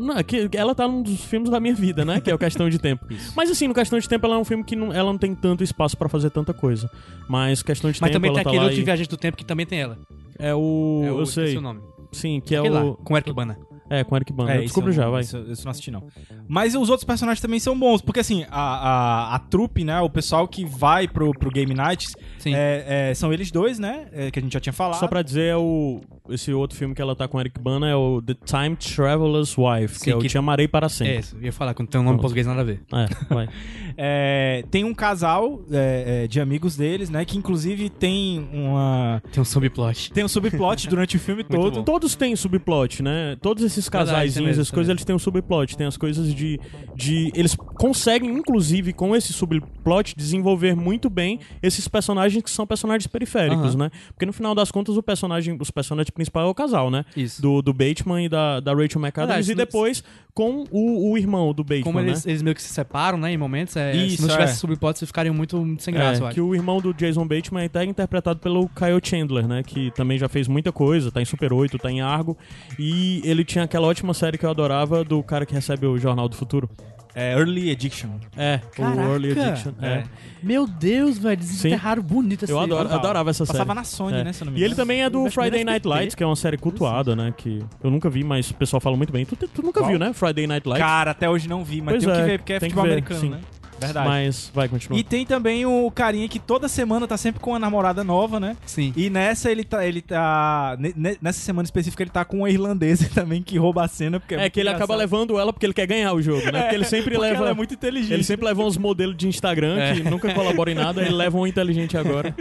B: Não, é que ela tá num dos filmes da minha vida, né? Que é o Questão de Tempo. Mas assim, no Questão de Tempo ela é um filme que não, ela não tem tanto espaço pra fazer tanta coisa. Mas Questão de
C: Mas
B: Tempo
C: também
B: ela
C: tem
B: tá
C: aquele
B: lá
C: outro
B: e-
C: Viajante do Tempo que também tem ela.
B: É o.
C: É o-
B: eu
C: esqueci
B: sei.
C: o nome.
B: Sim, que é
C: Aquele
B: o.
C: lá, com o Eric Bana.
B: É, com o Eric Bana.
A: É,
B: eu descubro
A: isso eu
B: já,
A: não-
B: vai.
A: Isso, eu- isso eu não assisti, não. Mas os outros personagens também são bons, porque assim, a, a, a trupe, né? O pessoal que vai pro, pro Game Nights
C: Sim.
A: é- é, são eles dois, né? é, que a gente já tinha falado.
B: Só pra dizer, é o. Esse outro filme que ela tá com o Eric Bana é o The Time Traveler's Wife, que
C: Sim,
B: é o
C: que-
B: Te Amarei para
C: É,
B: Sempre.
C: isso. Eu ia falar, quando tem um nome em português nada a ver.
B: É, vai.
A: É, tem um casal é, é, de amigos deles, né? Que inclusive tem uma.
C: Tem um subplot.
A: Tem um subplot durante o filme
C: Muito
A: todo.
C: bom.
B: Todos têm subplot, né? Todos esses
C: Verdade,
B: casaizinhos,
C: tem mesmo,
B: essas
C: tem
B: coisas,
C: mesmo.
B: eles têm um subplot. Tem as coisas de, de. Eles conseguem, inclusive, com esse subplot, desenvolver muito bem esses personagens que são personagens periféricos, né? Porque no final das contas, o personagem, os personagens principais é o casal, né?
C: Isso.
B: Do, do Bateman e da, da Rachel McAdams.
C: Verdade,
B: E
C: isso não-
B: depois com o, o irmão do Bateman,
C: Como
B: né?
C: eles, eles meio que se separam, né, em momentos, é,
A: Isso,
C: se não tivesse
A: é.
C: subplot, vocês ficariam muito sem
B: É,
C: graça, eu acho.
B: que o irmão do Jason Bateman é até interpretado pelo Kyle Chandler, né? Que também já fez muita coisa, tá em Super 8, tá em Argo. E ele tinha aquela ótima série que eu adorava do cara que recebe o Jornal do Futuro.
A: É, Early Addiction.
B: É,
C: Caraca!
B: o Early Addiction. É.
A: É.
C: Meu Deus, velho, desenterraram bonito essa
B: Eu adoro,
C: série.
B: adorava essa série.
A: Passava na Sony,
B: É.
A: né? Se eu não me
B: E ele
A: engano.
B: também é do
A: Acho que era
B: Friday Night
A: SBT.
B: Lights, que é uma série cultuada, né? Que eu nunca vi, mas o pessoal fala muito bem. Tu, tu nunca
A: Qual?
B: viu, né? Friday Night Lights.
A: Cara, até hoje não vi, mas
B: Pois
A: tenho
B: é,
A: que ver, porque é
B: tem que
A: futebol
B: ver,
A: americano,
B: sim.
A: né? Verdade.
B: Mas vai, continua.
A: E tem também o carinha que toda semana tá sempre com uma namorada nova, né?
C: Sim.
A: E nessa ele tá. Ele tá ne- ne- nessa semana específica ele tá com uma irlandesa também que rouba a cena. Porque
B: É que ele acaba levando ela porque ele quer ganhar o jogo, né? Porque ele sempre leva.
A: Ela é muito inteligente.
B: Ele sempre leva uns modelos de Instagram que nunca colaboram em nada, ele leva um inteligente agora.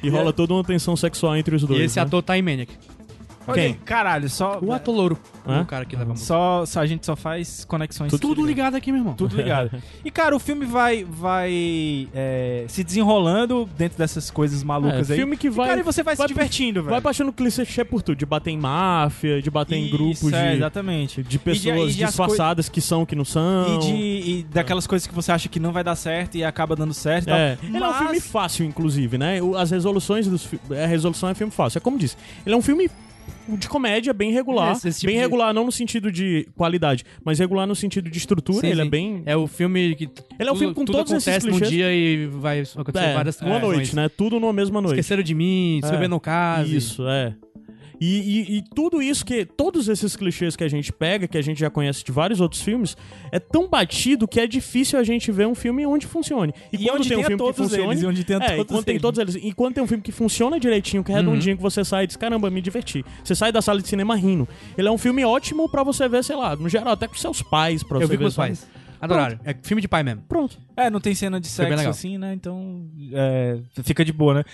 B: E rola toda uma tensão sexual entre os
C: E
B: dois.
C: esse
B: né?
C: ator tá em Maniac.
A: Olha aí,
B: Quem?
A: Caralho, só.
C: O ator louro.
B: Hã?
C: O cara que leva a música.
A: Só, só- a gente só faz conexões.
C: Tudo ligado aqui, meu irmão.
A: Tudo ligado. E, cara, o filme vai, vai é, se desenrolando dentro dessas coisas malucas
B: É,
A: aí.
B: filme que vai-
A: E, cara, e você vai,
B: vai
A: se divertindo,
B: Vai
A: velho.
B: baixando clichê por tudo, de bater em máfia, de bater em
A: Isso,
B: grupos
A: é,
B: de,
A: exatamente.
B: de pessoas
A: e de as coi-
B: disfarçadas que são, que não são.
A: E, de, e daquelas coisas que você acha que não vai dar certo e acaba dando certo. e tal.
B: É. Ele é um
A: Então, Mas-
B: filme fácil, inclusive, né? O- As resoluções dos fi- A resolução é filme fácil. É como disse. Ele é um filme de comédia bem regular.
C: É, esse- esse tipo
B: bem
C: de-
B: regular, não no sentido de qualidade, mas regular no sentido de estrutura.
C: Sim,
B: ele é
C: sim.
B: bem.
C: É o filme que.
B: Ele é um
C: tudo-
B: filme com
C: tudo
B: todos esses
C: acontece num
B: clichês.
C: dia e vai acontecer
B: É,
C: várias
B: uma noite, né? Tudo numa mesma noite.
C: Esqueceram de mim,
B: É.
C: é. no caso.
B: Isso, é. E, e- e tudo isso que. Todos esses clichês que a gente pega, que a gente já conhece de vários outros filmes, é tão batido que é difícil a gente ver um filme onde funcione.
A: E onde
B: um
A: tem a todos eles, e onde tem a
B: é, e
A: todos
B: quando tem
A: eles. Uhum.
B: todos eles. E quando tem um filme que funciona direitinho, que é redondinho, que você sai e diz, caramba, me diverti. Você sai da sala de cinema rindo. Ele é um filme ótimo pra você ver, sei lá, no geral, até com seus pais, pra
C: Eu
B: você
C: vi
B: ver.
C: com os
B: sabe?
C: pais. Adoraram. É filme de pai mesmo.
B: Pronto.
A: É, não tem cena de
C: bem
A: sexo
C: legal.
A: assim, né? Então é, fica de boa, né?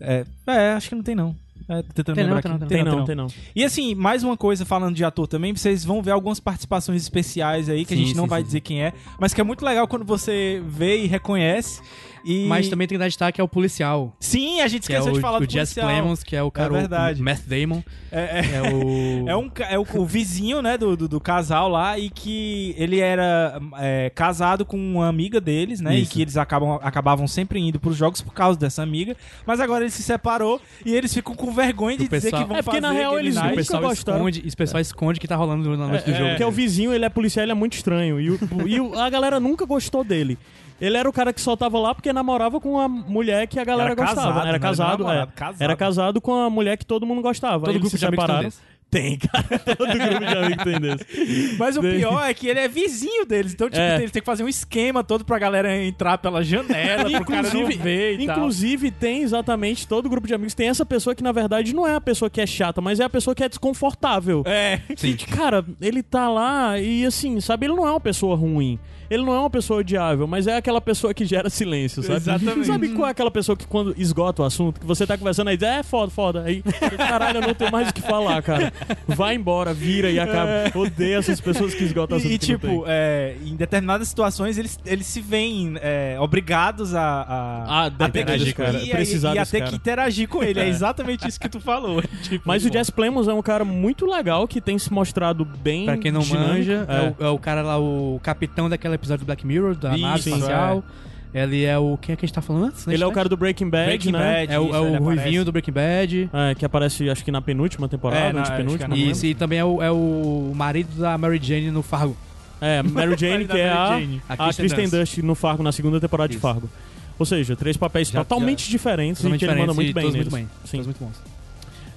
A: É, é, acho que não tem não. É, tô tentando
C: Tem não,
A: lembrar
C: tem
A: aqui.
C: não,
B: Tem não, tem não.
A: E assim, mais uma coisa falando de ator também, vocês vão ver algumas participações especiais aí que a
C: Sim,
A: gente não
C: sim,
A: vai
C: sim.
A: dizer quem é, mas que é muito legal quando você vê e reconhece. E
C: Mas também tem que dar destaque ao policial.
A: sim, a gente
C: Que é
A: esqueceu
C: o,
A: de falar
C: o
A: do
C: Jess
A: policial.
C: Plemons, que é o cara. o-
A: verdade.
C: O Matt Damon.
A: É, é.
C: É o.
A: É, um, ca- é o, o vizinho, né, do, do, do casal lá, e que ele era é, casado com uma amiga deles, né? E
C: Isso.
A: que eles acabam, acabavam sempre indo pros jogos por causa dessa amiga. Mas agora ele se separou e eles ficam com vergonha de
C: Do
A: dizer
C: pessoal-
A: que vão
B: É, porque
A: fazer
B: na real
A: Game
B: eles
A: Night.
C: O
B: nunca
C: pessoal
B: gostaram.
C: esconde, o pessoal esconde o que tá rolando na noite do jogo.
B: Porque é o vizinho, ele é policial, ele é muito estranho. E, o- e o- a galera nunca gostou dele. Ele era o cara que só tava lá porque namorava com a mulher que a galera
A: Era
B: gostava.
A: casado,
B: era
A: né? Ele não
B: casado, é.
A: namorava, casado.
B: Era casado com a mulher que todo mundo gostava.
C: Todo
B: Aí eles
C: grupo
B: se
C: de amigos tem
B: separaram.
C: desse.
B: Tem, cara. Todo grupo de amigo tem desse.
A: Mas o
B: Tem.
A: pior é que ele é vizinho deles, então tipo,
B: É.
A: eles têm que fazer um esquema todo pra galera entrar pela janela, pro cara não ver e tal.
B: inclusive tem exatamente todo grupo de amigos. Tem essa pessoa que, na verdade, não é a pessoa que é chata, mas é a pessoa que é desconfortável.
A: É.
B: Sim. Cara, ele tá lá e assim, sabe, ele não é uma pessoa ruim. Ele não é uma pessoa odiável, mas é aquela pessoa que gera silêncio, sabe?
A: Exatamente.
B: Sabe qual é aquela pessoa que quando esgota o assunto, que você tá conversando aí, diz, é foda, foda. Aí, caralho, eu não tenho mais o que falar, cara. Vai embora, vira e acaba. Odeio essas pessoas que esgotam o
A: É. E,
B: assunto.
A: e,
B: Tá que não tem.
A: tipo, é, em determinadas situações eles, eles se veem é, obrigados a, a,
B: Ah,
A: ter que-
B: interagir, cara.
A: e, a-
B: Precisar
A: e a
B: desse
A: ter
B: cara.
A: que interagir com ele. É exatamente isso que tu falou. Tipo,
B: Mas o Jess Plemons é um cara muito legal que tem se mostrado bem.
C: Pra quem não
B: dinâmico.
C: manja,
B: É.
C: é. o, é o cara lá, o capitão daquele episódio do Black Mirror, da
A: Isso,
C: nave espacial. Ele é o. Quem é que a gente tá falando antes? né?
B: Ele é o cara do Breaking Bad,
A: Breaking
B: né?
A: Bad,
C: É o,
A: isso,
C: é o
A: ele
C: Ruivinho
A: aparece.
C: do Breaking Bad.
B: É, que aparece, acho que na penúltima temporada,
A: É, na-
B: antepenúltima.
A: acho que é na
B: não
C: Isso, e também é o, é o marido da Mary Jane no Fargo.
B: lembro. É, Mary Jane, que é a, a, Kristen, Dunst no Fargo, na segunda temporada de
C: Isso.
B: Fargo. Ou seja, três papéis
C: Já-
B: totalmente diferentes
C: Totalmente
B: e que ele manda
C: diferentes
B: muito
C: e
B: bem
C: todos
B: neles.
C: muito bem.
B: Sim.
C: Todos muito bons.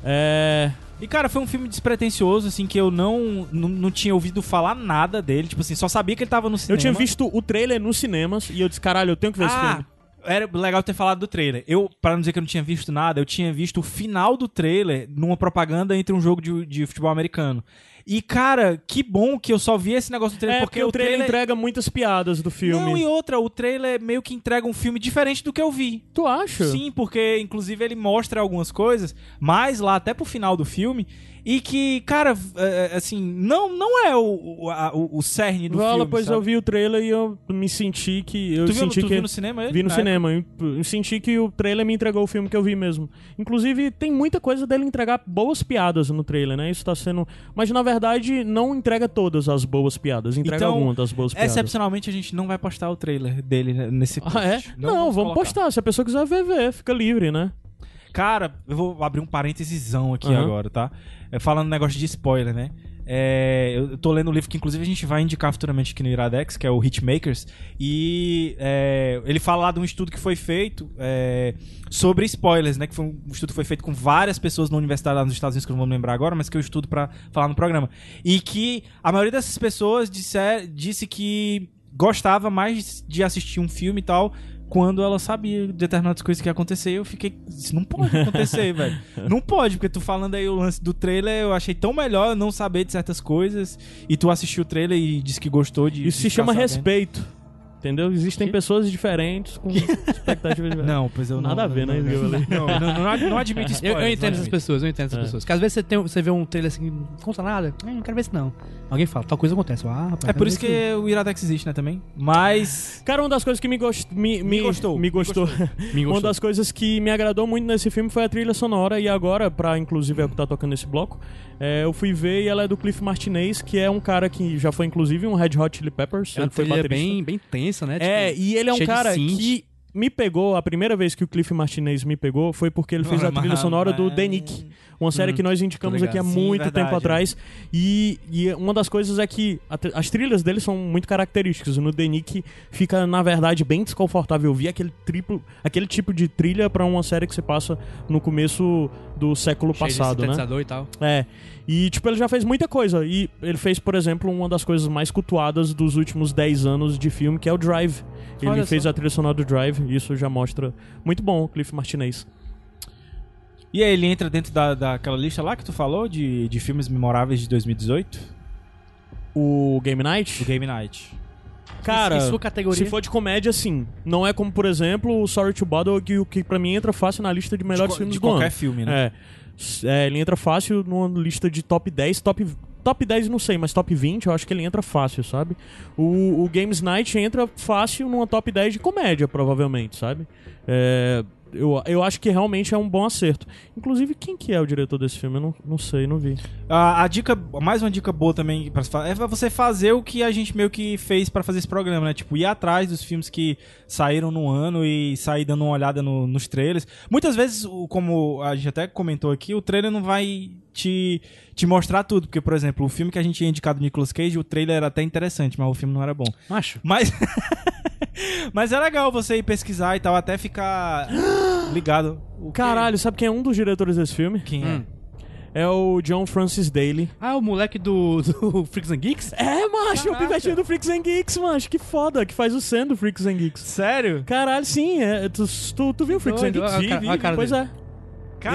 B: É...
A: E, cara, foi um filme despretensioso, assim, que eu não, não, não tinha ouvido falar nada dele. Tipo assim, só sabia que ele tava no cinema.
B: Eu tinha visto o trailer nos cinemas e eu disse, caralho, eu tenho que ver esse
A: Ah,
B: filme.
A: era legal ter falado do trailer. Eu, pra não dizer que eu não tinha visto nada, eu tinha visto o final do trailer numa propaganda entre um jogo de, de futebol americano. E, cara, que bom que eu só vi esse negócio do trailer,
B: É,
A: porque,
B: o trailer, entrega muitas piadas do filme.
A: Não, e outra, o trailer meio que entrega um filme diferente do que eu vi.
B: Tu acha?
A: Sim, porque inclusive ele mostra algumas coisas, mais lá até pro final do filme, e que, cara, é, é, assim, não, não é o, o, a- o- o cerne do
B: Fala,
A: filme.
B: pois
A: sabe?
B: eu vi o trailer e eu me senti que... Eu
A: Tu, viu,
B: senti
A: tu
B: que...
A: viu no cinema ele?
B: Vi no
A: Na
B: cinema, e eu senti que o trailer me entregou o filme que eu vi mesmo. Inclusive, tem muita coisa dele entregar boas piadas no trailer, né? Isso tá sendo. Mas na verdade, não entrega todas as boas piadas, entrega
A: Então,
B: algumas das boas piadas.
A: Excepcionalmente, a gente não vai postar o trailer dele né, nesse post.
B: Ah, é? Não, vamos
A: colocar.
B: postar. Se a pessoa quiser ver, vê, fica livre, né?
A: Cara, eu vou abrir um parêntesesão aqui
B: Aham.
A: agora, tá? É, falando negócio de spoiler, né? É, eu eu tô lendo um livro que, inclusive, a gente vai indicar futuramente aqui no Iradex, que é o Hitmakers, e é, ele fala lá de um estudo que foi feito é, sobre spoilers, né? Que foi um estudo que foi feito com várias pessoas na universidade lá nos Estados Unidos, que eu não vou me lembrar agora, mas que eu estudo pra falar no programa. E que a maioria dessas pessoas disse, disse que gostava mais de assistir um filme e tal quando ela sabia de determinadas coisas que ia acontecer, eu fiquei. Isso não pode acontecer, velho. Não pode, porque tu falando aí o lance do trailer, eu achei tão melhor eu não saber de certas coisas. E tu assistiu o trailer e disse que gostou de.
B: Isso
A: de
B: se
A: ficar
B: chama
A: sabendo.
B: respeito. Entendeu? Existem pessoas diferentes com expectativas diferentes.
A: Não, pois eu não.
B: Nada a ver,
A: não,
B: né, isso que eu falei.
A: Não, não, não, não, não admite
C: Eu,
A: spoiler.
C: eu entendo essas
A: não admite.
C: pessoas, eu entendo essas
B: É.
C: pessoas. Porque às vezes você, tem, um- você vê um trailer assim, não conta nada, "Eh, não quero ver isso não. Alguém fala, tal coisa acontece. Eu, Ah, rapaz,
A: É
C: quero
A: por
C: ver
A: isso que o Iradex existe, né, também? Mas.
B: Cara, uma das coisas que me, gost... me, me,
A: gostou,
B: Me gostou.
C: Me
B: Uma
C: gostou.
B: das coisas que me agradou muito nesse filme foi a trilha sonora, e agora, pra inclusive é o que tá tocando nesse bloco, é, eu fui ver e ela é do Cliff Martinez, que é um cara que já foi inclusive um Red Hot Chili Peppers.
C: É uma
B: ele foi
C: trilha
B: baterista.
C: bem, bem tensa, né?
B: É,
C: Tipo,
B: e ele é um
C: cheio de
B: cara
C: synth.
B: que me pegou, a primeira vez que o Cliff Martinez me pegou foi porque ele fez a trilha sonora do The Nick,
C: Hum,
B: uma série que nós indicamos
C: tô
B: aqui há
C: ligado.
A: Sim,
B: muito
A: verdade,
B: tempo
A: é.
B: atrás. E, e uma das coisas é que a tr- as trilhas dele são muito características. No The Nick fica, na verdade, bem desconfortável ouvir aquele, triplo, aquele tipo de trilha pra uma série que se passa no começo do século
C: cheio de
B: passado, né?
C: sintetizador e tal.
B: É. E, tipo, ele já fez muita coisa. E ele fez, por exemplo, uma das coisas mais cultuadas dos últimos 10 anos de filme, que é o Drive. Ele
C: Olha só.
B: fez a trilha sonora do Drive, e isso já mostra. Muito bom, Cliff Martinez.
A: E aí, ele entra dentro da, daquela lista lá que tu falou de, de filmes memoráveis de 2018?
B: O Game
A: Do
B: Night?
A: Game Night.
B: Cara,
C: Em sua categoria.
B: se for de comédia, sim. Não é como, por exemplo, o Sorry to Bother, que, que pra mim entra fácil na lista de
A: de,
B: melhores
A: co-
B: filmes
A: de
B: do
A: qualquer
B: ano.
A: filme, né?
B: É. S- é, ele entra fácil numa lista de top 10, top, top 10 não sei, mas top 20 eu acho que ele entra fácil, sabe? O, o Games Night entra fácil numa top 10 de comédia, provavelmente, sabe? É, eu, eu acho que realmente é um bom acerto. Inclusive, quem que é o diretor desse filme? Eu não, não sei, não vi.
A: A, a dica, mais uma dica boa também pra se fa- é você fazer o que a gente meio que fez pra fazer esse programa, né? Tipo, ir atrás dos filmes que saíram no ano e sair dando uma olhada no- nos trailers. Muitas vezes, o- como a gente até comentou aqui, o trailer não vai te, te mostrar tudo, porque, por exemplo, o filme que a gente tinha indicado do Nicolas Cage, o trailer era até interessante, mas o filme não era bom.
C: Macho.
A: Mas Mas é legal você ir pesquisar e tal, até ficar ligado. O quê?
B: Caralho, sabe quem é um dos diretores desse filme?
A: Quem é?
C: Hum.
B: é o John Francis Daly.
C: Ah, o moleque do, do Freaks and Geeks?
B: É, macho, é o pivetinho do Freaks and Geeks, macho. Que foda, que faz o Sam do Freaks and Geeks.
A: Sério?
B: Caralho, sim, é, tu, tu, tu viu o Freaks and
C: Doido,
B: Geeks?
C: olha a cara-
B: Vi,
C: olha a
B: vi,
C: cara
B: pois
C: dele.
B: é.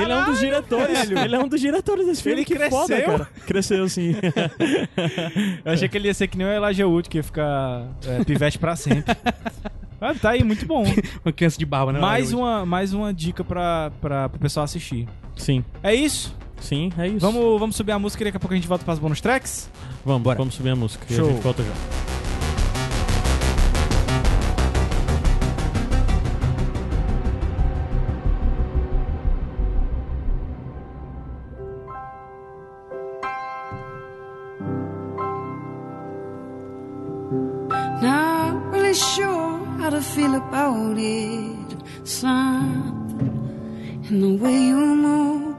B: ele é um dos diretores. Ele é um dos diretores desse filme.
A: Ele
B: que foda,
A: cresceu?
B: cara. Cresceu, sim.
A: Eu achei que ele ia ser que nem o Elijah Wood, que ia ficar é, pivete pra sempre. Ah, tá aí, muito bom.
C: Uma criança de barba,
B: é
C: né?
A: mais,
C: Hollywood.
A: uma, mais uma dica pra, pra, pro pessoal assistir.
B: sim,
A: É isso.
B: sim, é isso.
A: Vamos, vamos subir a música e daqui a pouco a gente volta pras bonus tracks.
B: vamos,
A: bora.
B: vamos subir a música. e
A: Show.
B: a gente volta já.
E: Not really sure how to feel about it. Something in the way you move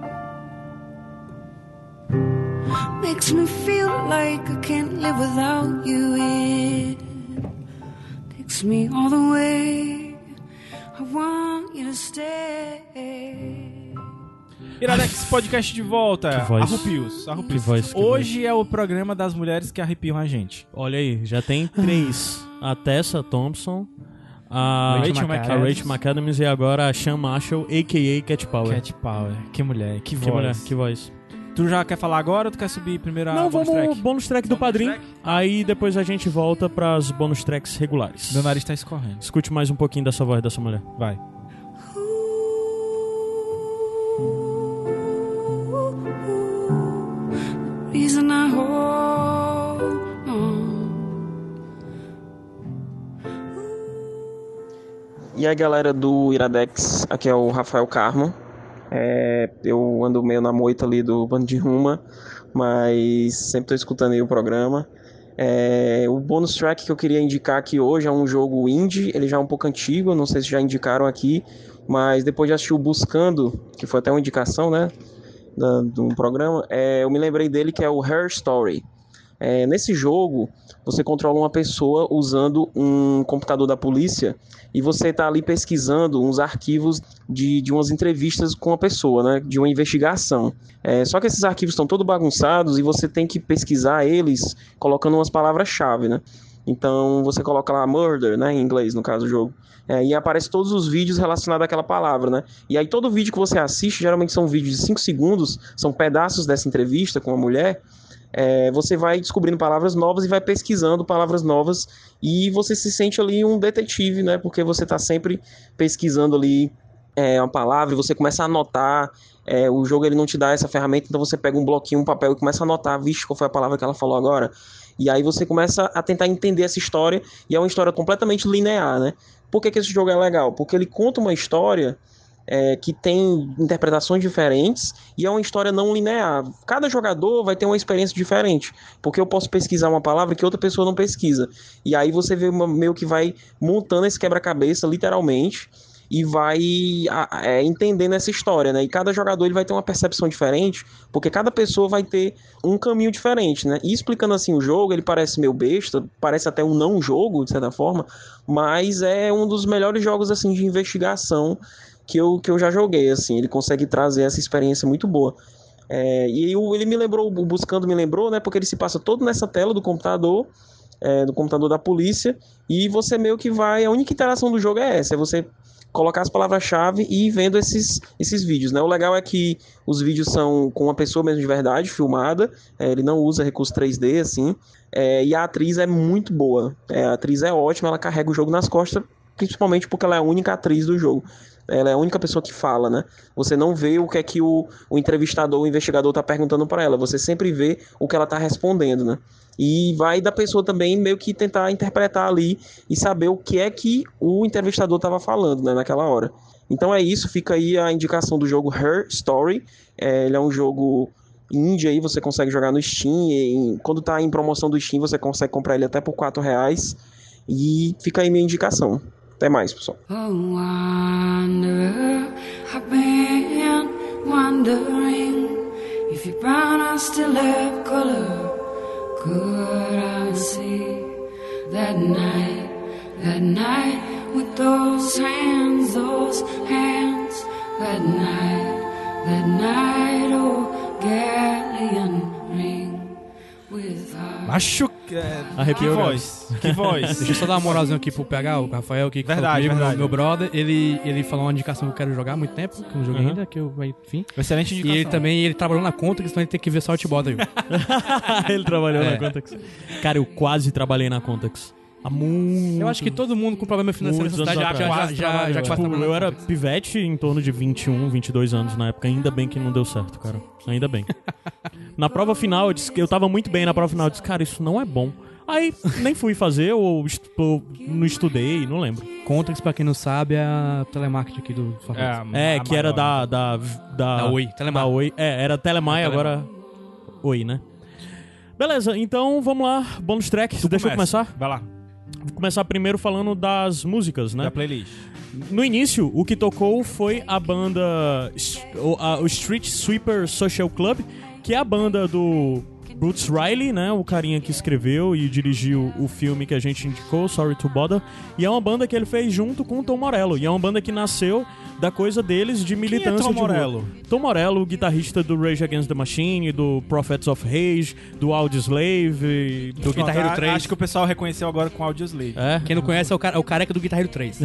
E: makes me feel like I can't live without you. It takes me all the way. I want you to stay.
A: Iradex Podcast de volta.
B: Que voz.
A: Arrupios. Arrupios.
B: Que voz, que
A: Hoje é o programa das mulheres que arrepiam a gente.
B: Olha aí, já tem três. a Tessa Thompson, a
A: Rachel
B: a
A: McAdams.
B: Rachel McAdams e agora a Sean Marshall, a.k.a. Cat Power.
A: Cat Power. Que mulher, que,
B: que
A: voz.
B: mulher, que voz.
A: Tu já quer falar agora ou tu quer subir primeiro a
B: Não,
A: bonus
B: vamos
A: track?
B: bônus track do padrinho.
A: track?
B: Aí depois a gente volta pras bônus tracks regulares.
A: Meu nariz tá escorrendo.
B: Escute mais um pouquinho dessa voz dessa mulher.
A: Vai.
E: reason I hold on.
F: E aí galera do Iradex, aqui é o Rafael Carmo. É, eu ando meio na moita ali do Bando de Ruma, mas sempre tô escutando aí o programa. É, o bônus track que eu queria indicar aqui hoje é um jogo indie, ele já é um pouco antigo, não sei se já indicaram aqui, mas depois de assistir o Buscando, que foi até uma indicação, né, da, do programa, é, eu me lembrei dele que é o Her Story. É, nesse jogo, você controla uma pessoa usando um computador da polícia e você está ali pesquisando uns arquivos de, de umas entrevistas com a pessoa, né? De uma investigação. É, só que esses arquivos estão todos bagunçados e você tem que pesquisar eles colocando umas palavras-chave, né? Então você coloca lá murder, né? Em inglês, no caso do jogo. É, e aparece todos os vídeos relacionados àquela palavra, né? E aí todo vídeo que você assiste, geralmente são vídeos de 5 segundos, são pedaços dessa entrevista com a mulher. É, você vai descobrindo palavras novas e vai pesquisando palavras novas e você se sente ali um detetive, né? Porque você está sempre pesquisando ali é, uma palavra, e você começa a anotar. é, o jogo ele não te dá essa ferramenta, então você pega um bloquinho, um papel e começa a anotar, vixe, qual foi a palavra que ela falou agora. E aí você começa a tentar entender essa história, e é uma história completamente linear, né? Por que, que esse jogo é legal? Porque ele conta uma história é, que tem interpretações diferentes e é uma história não linear. Cada jogador vai ter uma experiência diferente, porque eu posso pesquisar uma palavra que outra pessoa não pesquisa. E aí você vê uma- meio que vai montando esse quebra-cabeça, literalmente, e vai a- é, entendendo essa história, né? E cada jogador ele vai ter uma percepção diferente, porque cada pessoa vai ter um caminho diferente, né? E explicando assim o jogo, ele parece meio besta, parece até um não jogo, de certa forma, mas é um dos melhores jogos assim de investigação que eu, que eu já joguei, assim. Ele consegue trazer essa experiência muito boa. É, e eu- ele me lembrou, o Buscando me lembrou, né? Porque ele se passa todo nessa tela do computador é, do computador da polícia e você meio que vai. A única interação do jogo é essa: é você colocar as palavras-chave e ir vendo esses, esses vídeos. Né? O legal é que os vídeos são com uma pessoa mesmo de verdade, filmada. é, ele não usa recurso 3D, assim. é, e a atriz é muito boa. É, a atriz é ótima, ela carrega o jogo nas costas, principalmente porque ela é a única atriz do jogo. Ela é a única pessoa que fala, né? Você não vê o que é que o, o entrevistador, o investigador tá perguntando para ela. Você sempre vê o que ela tá respondendo, né? E vai da pessoa também meio que tentar interpretar ali e saber o que é que o entrevistador estava falando né, naquela hora. Então é isso, fica aí a indicação do jogo Her Story. É, ele é um jogo indie aí, você consegue jogar no Steam. e em- quando tá em promoção do Steam, você consegue comprar ele até por R$ reais. E fica aí minha indicação. Até mais, pessoal.
E: Oh, wonder I've been wondering if your brown eyes still have color. Could I see that night, that night with those hands, those hands? That night, that night, oh, galleon ring with our
A: Acho que. É, que
B: Arrepiou,
A: voz. Que voz.
C: Deixa eu só dar uma moralzinha aqui pro PH, o Rafael aqui, que
A: Verdade,
C: falou comigo,
A: verdade.
C: meu brother. Ele, ele falou uma indicação que eu quero jogar há muito tempo, que eu não joguei
B: Uhum.
C: ainda, que eu, enfim.
A: Excelente
C: E ele
A: indicação.
C: também, ele trabalhou na conta, que senão ele tem que ver só o outboard aí.
B: Ele trabalhou
C: É.
B: na Contax. Cara, eu quase trabalhei na Contax. Há muito.
C: Eu acho que todo mundo com problema financeiro
B: Muitos
C: nessa cidade já,
B: anos
C: já, já,
A: atrás.
C: já, já
A: Tipo,
C: quase
B: Tipo,
C: trabalhou
B: eu
C: na
B: era
C: conta.
B: pivete em torno de 21, 22 anos na época. Ainda bem que não deu certo, cara. Ainda bem. Na prova final, eu, disse, que eu tava muito bem na prova final. Eu disse, cara, isso não é bom. Aí nem fui fazer ou, est- ou não estudei, não lembro.
C: Contax, pra quem não sabe, é a telemarketing aqui do Fortaleza.
B: É,
A: a
B: que era
A: maior. né?
B: da. Da, da,
C: Da Oi, Telemar.
B: Da Oi. É, era Telemar e
C: Era
B: agora. Oi, né? Beleza, então vamos lá. Bônus track. Deixa eu
A: Começa.
B: começar.
A: Vai lá,
B: Vou começar primeiro falando das músicas, né?
A: da playlist.
B: No início, o que tocou foi a banda. S- O, a- o Street Sweeper Social Club, que é a banda do Bruce Riley, né? O carinha que escreveu e dirigiu o filme que a gente indicou, Sorry to Bother. E é uma banda que ele fez junto com o Tom Morello. E é uma banda que nasceu da coisa deles de militância
A: é Tom
B: de rua.
A: Morello?
B: Tom Morello, guitarrista do Rage Against the Machine, do Prophets of Rage, do Audioslave. Do...
C: Do Guitarreiro
A: Pronto, a-
C: 3.
A: Acho que o pessoal reconheceu agora com Audio Slave.
B: tá É?
C: Quem não conhece é o, cara, é o careca do Guitarreiro 3.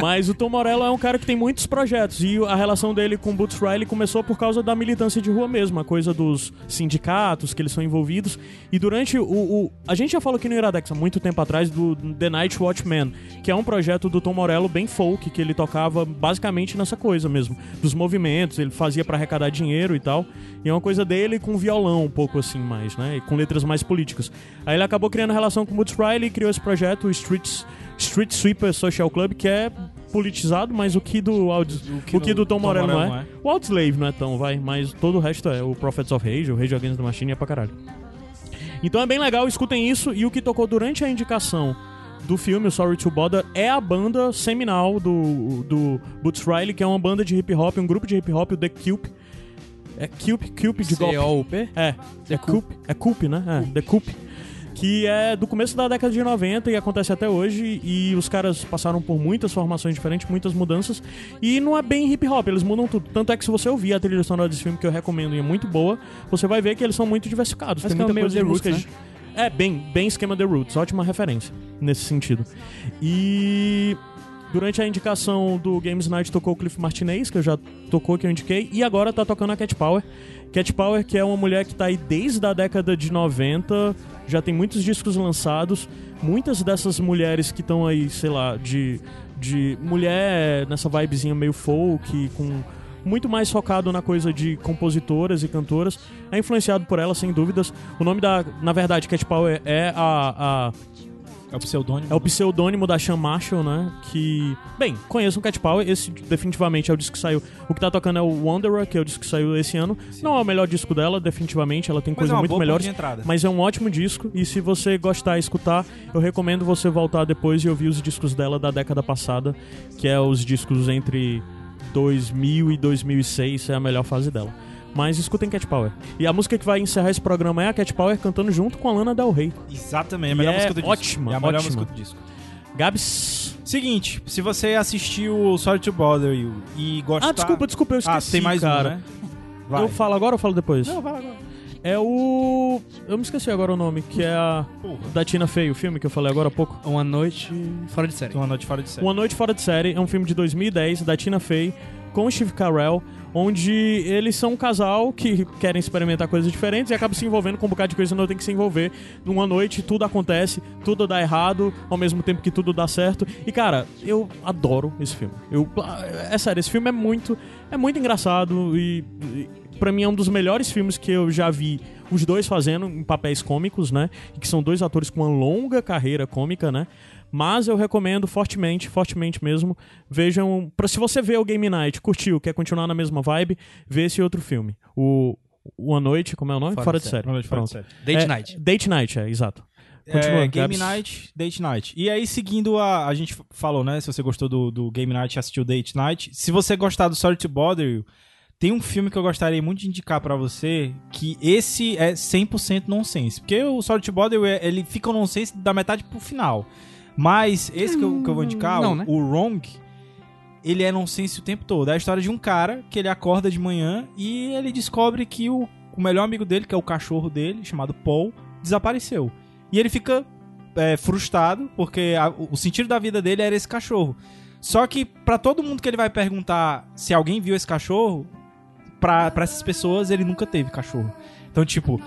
B: Mas o Tom Morello é um cara que tem muitos projetos e a relação dele com o Boots Riley começou por causa da militância de rua mesmo, a coisa dos sindicatos que eles são envolvidos. E durante o, o- a gente já falou aqui no Iradex há muito tempo atrás do The Night Watchman, que é um projeto do Tom Morello bem folk que ele tocava basicamente nessa coisa mesmo, dos movimentos, ele fazia pra arrecadar dinheiro e tal. E é uma coisa dele com violão um pouco assim mais, né? E com letras mais políticas. Aí ele acabou criando relação com o Boots Riley e criou esse projeto, o Streets Street Sweeper Social Club, que é politizado, mas o que do Audi, o que, do Tom, Morello não é. O Outslave não é tão, vai, mas todo o resto é. O Prophets of Rage, o Rage Against the Machine é pra caralho. Então é bem legal, escutem isso. E o que tocou durante a indicação do filme, o Sorry to Bother, é a banda seminal do, do Boots Riley, que é uma banda de hip hop, um grupo de hip hop, o The Cube. É Cube, Cube de golpe.
C: C-O-U-P?
B: É, é Coop, é Coop, né? É, The Coop. Que é do começo da década de 90 e acontece até hoje. E os caras passaram por muitas formações diferentes, muitas mudanças. E não é bem hip hop, eles mudam tudo. Tanto é que se você ouvir a trilha sonora desse filme, que eu recomendo e é muito boa, você vai ver que eles são muito diversificados.
C: Acho
B: Tem
C: que é
B: muita
C: meio
B: coisa de
C: The Roots,
B: músicas. É, bem, bem esquema The Roots, ótima referência nesse sentido. E durante a indicação do Games Night tocou o Cliff Martinez, que eu já tocou, que eu indiquei, e agora tá tocando a Cat Power. Cat Power, que é uma mulher que tá aí desde a década de 90, já tem muitos discos lançados. Muitas dessas mulheres que estão aí, sei lá, de, de mulher nessa vibezinha meio folk, com muito mais focado na coisa de compositoras e cantoras. É influenciado por ela, sem dúvidas. O nome da, na verdade, Cat Power é a, a-
A: É o pseudônimo.
B: é o pseudônimo da Sean Marshall, né? Que, bem, conheço o Cat Power, esse definitivamente é o disco que saiu. O que tá tocando é o Wanderer, que é o disco que saiu esse ano. Não é o melhor disco dela, definitivamente, ela tem
A: Mas é
B: coisas
A: uma
B: muito
A: boa
B: melhores.
A: porta de entrada.
B: Mas é um ótimo disco e se você gostar e escutar, eu recomendo você voltar depois e ouvir os discos dela da década passada, que é os discos entre 2000 e 2006, é a melhor fase dela. Mas escutem Cat Power. E a música que vai encerrar esse programa é a Cat Power cantando junto com a Lana Del Rey.
A: Exatamente, é a
B: E
A: melhor
B: é
A: música do disco.
B: ótima,
A: é a melhor
B: ótima.
A: música do disco.
B: Gabs.
A: Seguinte, se você assistiu o Sorry to Bother You e gostar...
B: Ah, desculpa, desculpa, eu
A: Ah,
B: esqueci,
A: tem mais
B: cara.
A: um, né? Vai.
B: Eu falo agora ou falo depois?
A: Não, vai agora.
B: É o. Eu me esqueci agora o nome, que é a.
A: Porra.
B: Da Tina Fey, o filme que eu falei agora há pouco.
C: Uma noite fora de série.
A: Tem uma noite fora de série.
B: Uma Noite Fora de Série é um filme de 2010 da Tina Fey com o Steve Carell, onde eles são um casal que querem experimentar coisas diferentes e acabam se envolvendo com um bocado de coisa que não tem que se envolver. Numa noite tudo acontece, tudo dá errado, ao mesmo tempo que tudo dá certo. E cara, eu adoro esse filme. Eu, é sério, esse filme é muito, é muito engraçado e, e para mim é um dos melhores filmes que eu já vi os dois fazendo em papéis cômicos, né? E que são dois atores com uma longa carreira cômica, né? Mas eu recomendo fortemente, fortemente mesmo. Vejam. Pra, se você vê o Game Night, curtiu, quer continuar na mesma vibe, vê esse outro filme. O Uma Noite, como é o nome? Fora, de série.
A: Uma noite fora de
B: Pronto.
A: série.
C: Date
B: É,
C: Night.
B: Date Night, é, exato. Continua,
A: É, Game
B: Gabs.
A: Night, Date Night. E aí, seguindo a. A gente f- falou, né? Se você gostou do, do Game Night, assistiu Date Night. Se você gostar do Sorry to Bother You, tem um filme que eu gostaria muito de indicar pra você, que esse é 100% nonsense. Porque o Sorry to Bother You, é- ele fica um nonsense da metade pro final. Mas esse que eu, que eu vou indicar,
C: Não,
A: o,
C: né?
A: o Wrong, ele é nonsense o tempo todo. É a história de um cara que ele acorda de manhã e ele descobre que o, o melhor amigo dele, que é o cachorro dele, chamado Paul, desapareceu. E ele fica é, frustrado porque a- o sentido da vida dele era esse cachorro. Só que pra todo mundo que ele vai perguntar se alguém viu esse cachorro, pra pra essas pessoas ele nunca teve cachorro. Então, tipo,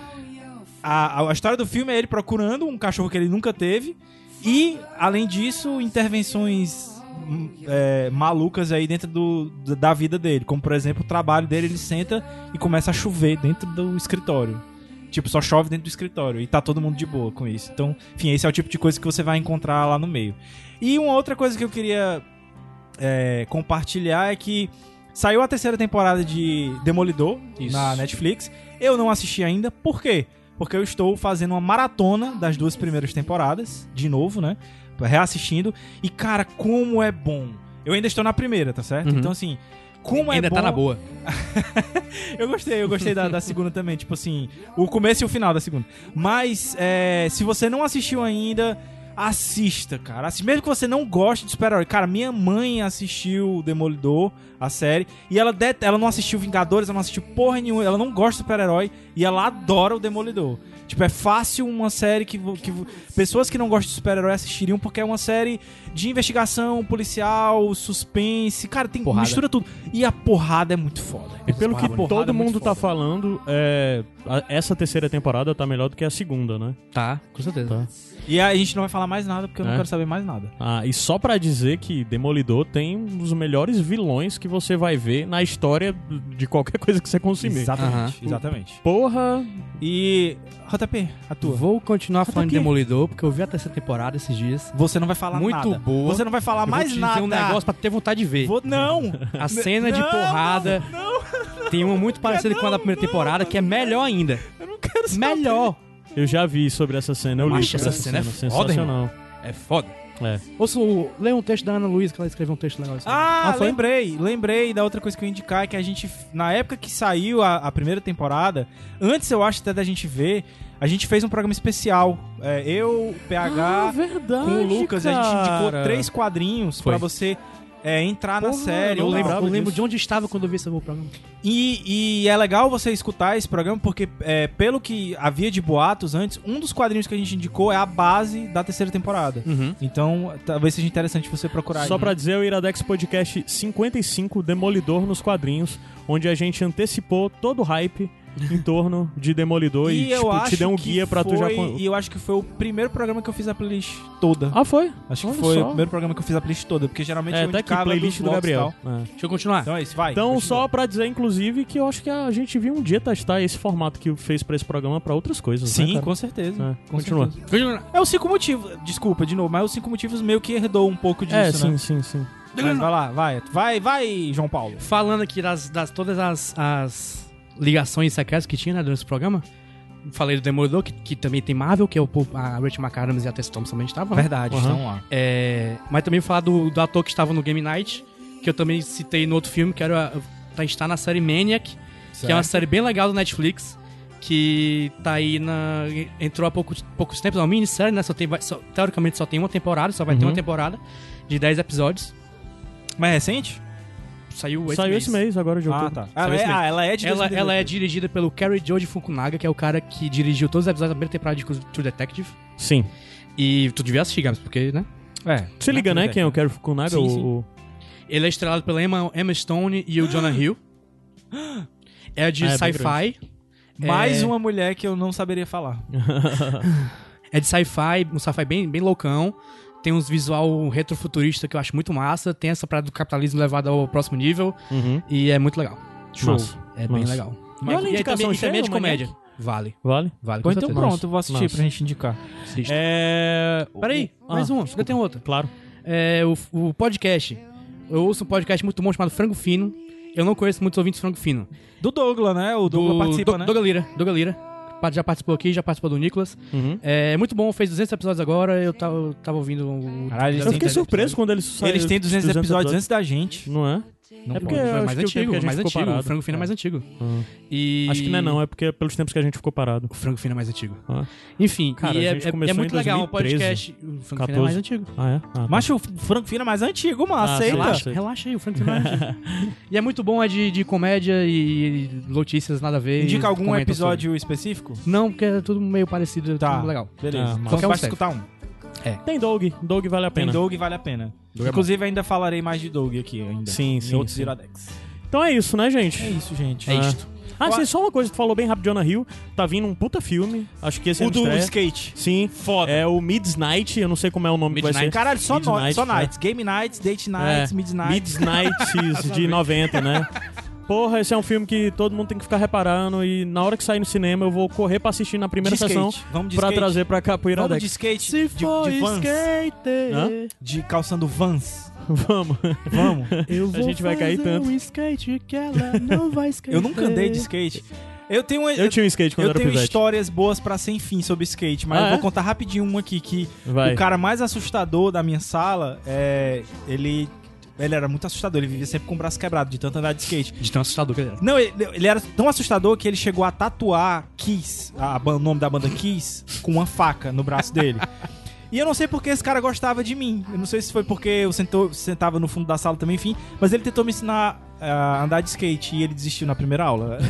A: a, a- a história do filme é ele procurando um cachorro que ele nunca teve. E, além disso, intervenções hum, é, malucas aí dentro do, da- da vida dele. Como, por exemplo, o trabalho dele, ele senta e começa a chover dentro do escritório. Tipo, só chove dentro do escritório e tá todo mundo de boa com isso. Então, enfim, esse é o tipo de coisa que você vai encontrar lá no meio. E uma outra coisa que eu queria é, compartilhar é que saiu a terceira temporada de Demolidor
C: Isso.
A: na Netflix. Eu não assisti ainda, por quê? Porque eu estou fazendo uma maratona das duas primeiras temporadas, de novo, né? Reassistindo. E, cara, como é bom. Eu ainda estou na primeira, tá certo?
C: Uhum.
A: Então, assim, como
C: Ainda
A: é bom.
C: tá na boa.
A: Eu gostei, eu gostei da, da segunda também. Tipo assim, o começo e o final da segunda. Mas, é, se você não assistiu ainda, assista, cara. Assi- Mesmo que você não goste de super-herói. Cara, minha mãe assistiu Demolidor, a série, e ela, det- ela não assistiu Vingadores, ela não assistiu porra nenhuma, ela não gosta de super-herói, e ela adora o Demolidor. Tipo, é fácil uma série que, vo- que vo- pessoas que não gostam de super-herói assistiriam, porque é uma série de investigação, policial, suspense. Cara, tem,
C: Porrada.
A: mistura tudo. E a porrada é muito foda.
B: E pelo que
A: Porrada é
B: todo
A: muito
B: mundo tá
A: foda.
B: falando, é, a- essa terceira temporada tá melhor do que a segunda, né?
C: Tá, com certeza.
B: Tá.
A: E a gente não vai falar mais nada, porque eu não
B: É.
A: quero saber mais nada.
B: Ah, e só pra dizer que Demolidor tem um dos melhores vilões que você vai ver na história de qualquer coisa que você consumir.
A: Exatamente, exatamente.
B: Porra,
A: E, JP, a tua.
C: Vou continuar falando de
A: aqui.
C: Demolidor, porque eu vi a terceira temporada esses dias.
A: Você não vai falar
C: Muito
A: nada.
C: boa.
A: Você não vai falar
C: Eu
A: Ah, mais
C: vou te
A: nada.
C: dizer um negócio pra ter vontade de ver.
A: Vou- Não!
C: A cena de
A: Não,
C: porrada. Tem uma muito parecida com a da primeira temporada, que é melhor ainda.
A: Eu não quero saber.
C: Melhor.
B: eu já vi sobre essa cena, eu li
C: Macho,
B: sobre
C: essa cena é foda,
B: sensacional.
C: É foda.
B: É.
C: Ouça, o- leia um texto da Ana Luiz, que ela escreveu um texto legal. assim.
A: Ah,
C: foi?
A: lembrei. Lembrei da outra coisa que eu ia indicar, é que a gente, na época que saiu a, a primeira temporada, antes eu acho até da gente ver, a gente fez um programa especial. É, eu, o
C: Ah,
A: PH,
B: verdade,
A: com o Lucas, a gente indicou três quadrinhos pra
C: Foi.
A: você é, entrar na
B: Porra,
A: série.
C: Eu
A: e tal.
C: lembro, eu
B: lembrava
C: lembro
B: disso.
C: de onde estava quando eu vi esse programa.
A: E, e é legal você escutar esse programa, porque é, pelo que havia de boatos antes, um dos quadrinhos que a gente indicou é a base da terceira temporada.
C: Uhum.
A: Então, talvez seja interessante você procurar
B: Só
A: aí.
B: pra dizer, o Iradex Podcast 55, Demolidor nos quadrinhos, onde a gente antecipou todo o hype em torno de Demolidor e,
A: E eu
B: tipo,
A: acho
B: te deu um
A: que
B: guia pra tu já...
A: foi-
B: con-
A: E eu acho que foi o primeiro programa que eu fiz a playlist toda.
B: Ah, foi?
A: acho que
B: olha
A: foi
B: só.
A: o primeiro programa que eu fiz a playlist toda, porque geralmente
B: É,
A: eu
B: tá aqui,
A: indicava dos
B: playlist do
A: blocos e
B: Gabriel.
A: tal.
B: É.
C: Deixa eu continuar.
A: Então é isso, vai.
B: Então,
A: continua.
B: só pra dizer, inclusive, que eu acho que a gente viu um dia testar esse formato que fez pra esse programa pra outras coisas, né,
A: Sim,
B: cara?
A: com certeza.
B: É,
A: Com
B: continua.
A: certeza. É os cinco motivos. Desculpa, de novo, mas os cinco motivos meio que herdou um pouco disso,
B: É,
A: né?
B: sim, sim, sim.
A: Mas vai lá, vai. Vai, vai, João Paulo.
C: Falando aqui das, das todas as, as ligações secretas que tinha né, durante esse programa, falei do Demolidor, que, que também tem Marvel, que é o, a Rachel McAdams e a Tess Thompson também estavam. né?
A: Verdade,
B: Aham.
A: então lá.
C: É, mas também vou falar do, do ator que estava no Game Night, que eu também citei no outro filme, que era, tá, está na série Maniac, que é uma série bem legal do Netflix, que tá aí na. entrou há pouco, poucos tempos, é uma minissérie, né? Só tem, vai- só- teoricamente só tem uma temporada, só vai ter
B: Uhum.
C: uma temporada de 10 episódios.
A: Mas é recente?
C: Saiu esse
B: Saiu
C: mês.
B: esse mês agora de
A: Ah,
B: outubro.
A: tá. Ela
C: Saiu
A: é,
C: esse mês.
A: ah, ela é de
C: Ela,
A: 2018.
C: ela é dirigida pelo Kerry Joe de Fukunaga, que é o cara que dirigiu todos os episódios da primeira temporada de True Detective.
B: Sim.
C: E tu devia assistir, Gabs, porque, né?
A: É.
B: Se liga, né, quem é o Kerry Fukunaga?
A: Sim, sim.
B: o- o-
C: Ele é estrelado pela Emma, Emma Stone e o Jonah Hill. É de
B: Ah, é bem
C: sci-fi.
A: Mais
C: É.
A: uma mulher que eu não saberia falar.
C: É de sci-fi, um sci-fi bem, bem loucão. Tem uns visual retrofuturista que eu acho muito massa. Tem essa parada do capitalismo levado ao próximo nível.
B: Uhum.
C: E é muito legal. Show.
B: Massa,
C: É bem
B: massa.
C: legal.
B: Mas olha a
C: e aí
B: indicação
C: também, e também é de
B: cheia,
C: comédia. Vale.
B: Vale?
C: Vale, com
A: Bom, então
C: certeza.
A: pronto, vou assistir
B: Nossa.
A: pra gente indicar.
C: Assista.
B: É...
C: Peraí,
B: Ah,
C: mais uma. Ainda tem outra.
B: Claro.
C: É, o, o podcast. Eu ouço um podcast muito bom chamado Frango Fino. Eu não conheço muitos ouvintes do Frango Fino.
A: Do Douglas, né? O Douglas participa,
C: Do-
A: né?
C: Douglas Lira. Douglas Lira. Pa- Já participou aqui, já participou do Nicolas.
B: Uhum.
C: É muito bom, fez 200 episódios agora. Eu tava, eu tava ouvindo. um,
A: Caralho, eles
C: o- Deve
B: Eu
A: têm
C: ter
B: fiquei
A: né? eles
B: surpreso quando eles saíram.
A: Eles têm 200, episódios antes da gente.
B: Não é?
C: Não
B: É porque
C: pode,
B: eu
C: é
B: acho
C: mais
B: que o tempo
C: antigo,
B: que a gente
C: mais
B: ficou
C: antigo.
B: parado.
C: O frango fino é mais antigo.
B: Hum.
A: Ah.
C: E-
B: Acho que não é não, é porque é pelos tempos que a gente ficou parado.
C: O frango fino é mais antigo.
B: Ah.
C: Enfim,
B: Cara,
C: e
B: a
C: é,
B: gente
C: é- é
B: começou em
C: muito legal um
B: 2013,
C: podcast. O frango fino é mais
B: 14.
C: antigo.
B: Ah, é? Ah, tá.
A: Uhum. Macho, o Franco Fino é mais antigo, mas
B: Ah,
A: aceita.
B: sei lá.
C: Relaxa, relaxa aí, o Frank Sinatra. e é muito bom, é de, de comédia e notícias nada a ver. e
A: Indica algum
C: comenta
A: episódio específico?
C: sobre. Não, porque é tudo meio parecido, tá.
A: Tá.
C: tudo legal.
A: Beleza.
B: Ah, mas-
A: Só
C: Qualquer um
A: basta
C: serve.
A: escutar um.
B: Tem Doug, Doug vale a
A: Tem
B: pena. é
A: Doug, vale a pena. Inclusive, ainda falarei mais de Doug aqui ainda.
B: Sim,
A: em
B: sim,
A: outros
B: sim.
A: Iradex.
B: Então é isso, né, gente?
A: É isso, gente.
C: É
B: Ah.
C: isto.
B: Ah,
A: Ó-
B: sim, só uma coisa, tu falou bem rápido de Jonah Hill. Tá vindo um puta filme. Acho que esse
A: O
B: ano
A: do
B: estreia.
A: skate.
B: Sim.
A: Foda.
B: É o Midnight, eu não sei como é o nome que vai ser.
A: Caralho, só, no-
B: Midnight,
A: só
B: né?
A: nights. Game nights, date nights,
B: É.
A: midnight.
B: Midnights de 90, né? Porra, esse é um filme que todo mundo tem que ficar reparando e na hora que sair no cinema eu vou correr pra assistir na primeira
A: De skate.
B: sessão
A: Vamos de
B: pra
A: skate.
B: trazer pra cá pro
A: Vamos de
B: Iradex.
A: skate, de, de vans,
B: Hã?
A: de calçando vans.
B: Vamos.
A: Vamos.
C: Eu
B: vou gente vai cair fazer tanto. um
C: skate que ela não vai skate.
A: Eu nunca andei de skate. Eu tenho, uma-
B: Eu tinha um skate quando
A: eu
B: era
A: tenho
B: pivete.
A: histórias boas pra sem fim sobre skate, mas
B: Ah,
A: eu vou
B: é?
A: contar rapidinho uma aqui que
B: Vai.
A: o cara mais assustador da minha sala, é, ele ele era muito assustador, ele vivia sempre com o braço quebrado de tanto andar de skate.
C: De tão assustador que ele é. era.
A: Não, ele, ele era tão assustador que ele chegou a tatuar Kiss, a, ban- o nome da banda Kiss, com uma faca no braço dele. E eu não sei porque esse cara gostava de mim. Eu não sei se foi porque eu sentou- sentava no fundo da sala também, enfim. Mas ele tentou me ensinar ah, a andar de skate e ele desistiu na primeira aula.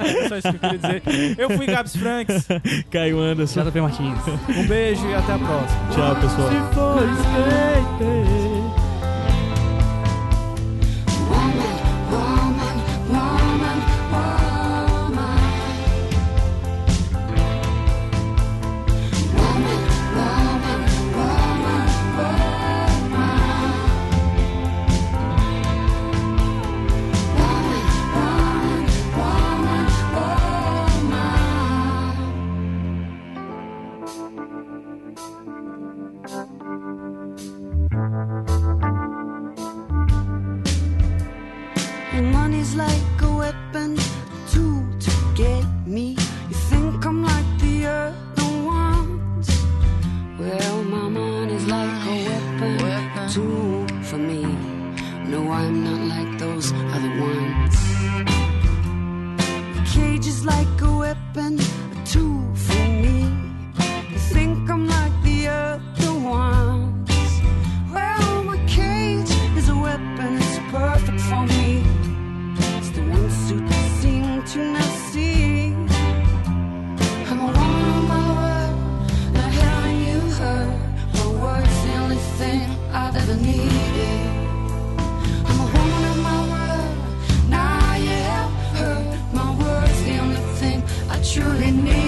A: É só isso que eu queria dizer. É só isso que eu queria dizer. Eu fui Gabs Franks.
B: Caio Anderson.
C: Nada bem, Marquinhos.
A: Um beijo e até a próxima.
B: Tchau, pessoal.
E: Woman, woman, woman, woman. Woman, woman, woman, woman. Woman, woman, woman, woman. And money's like a weapon, a tool to get me. You think I'm like the other ones? Well, my money's like a weapon, a tool for me. No, I'm not like those other ones. The cage is like a weapon, a tool for me. You think I'm like the other ones? Well, my cage is a weapon, it's perfect for me. It's the one suit that seem to not see. I'm a woman of my word, not having you heard. My word's the only thing I've ever needed. I'm a woman of my word, now you have heard. My word's the only thing I truly need.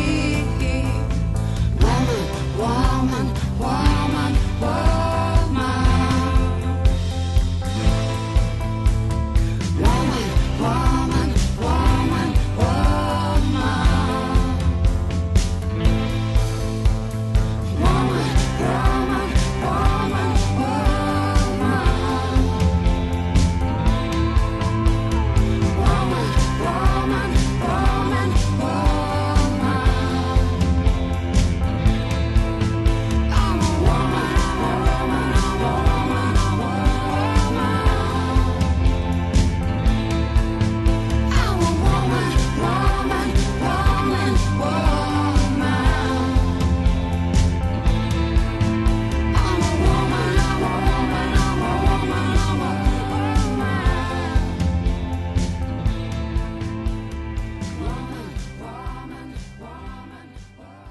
E: Woman, woman, woman, woman. Woman, woman, woman, woman. Woman, woman, woman, woman. Woman, woman, woman, woman. I'm a woman, I'm a woman, I'm a woman, I'm a woman. I'm a woman, woman, woman, woman. I'm a woman, I'm a woman, I'm a woman, I'm a woman. Woman, woman, woman.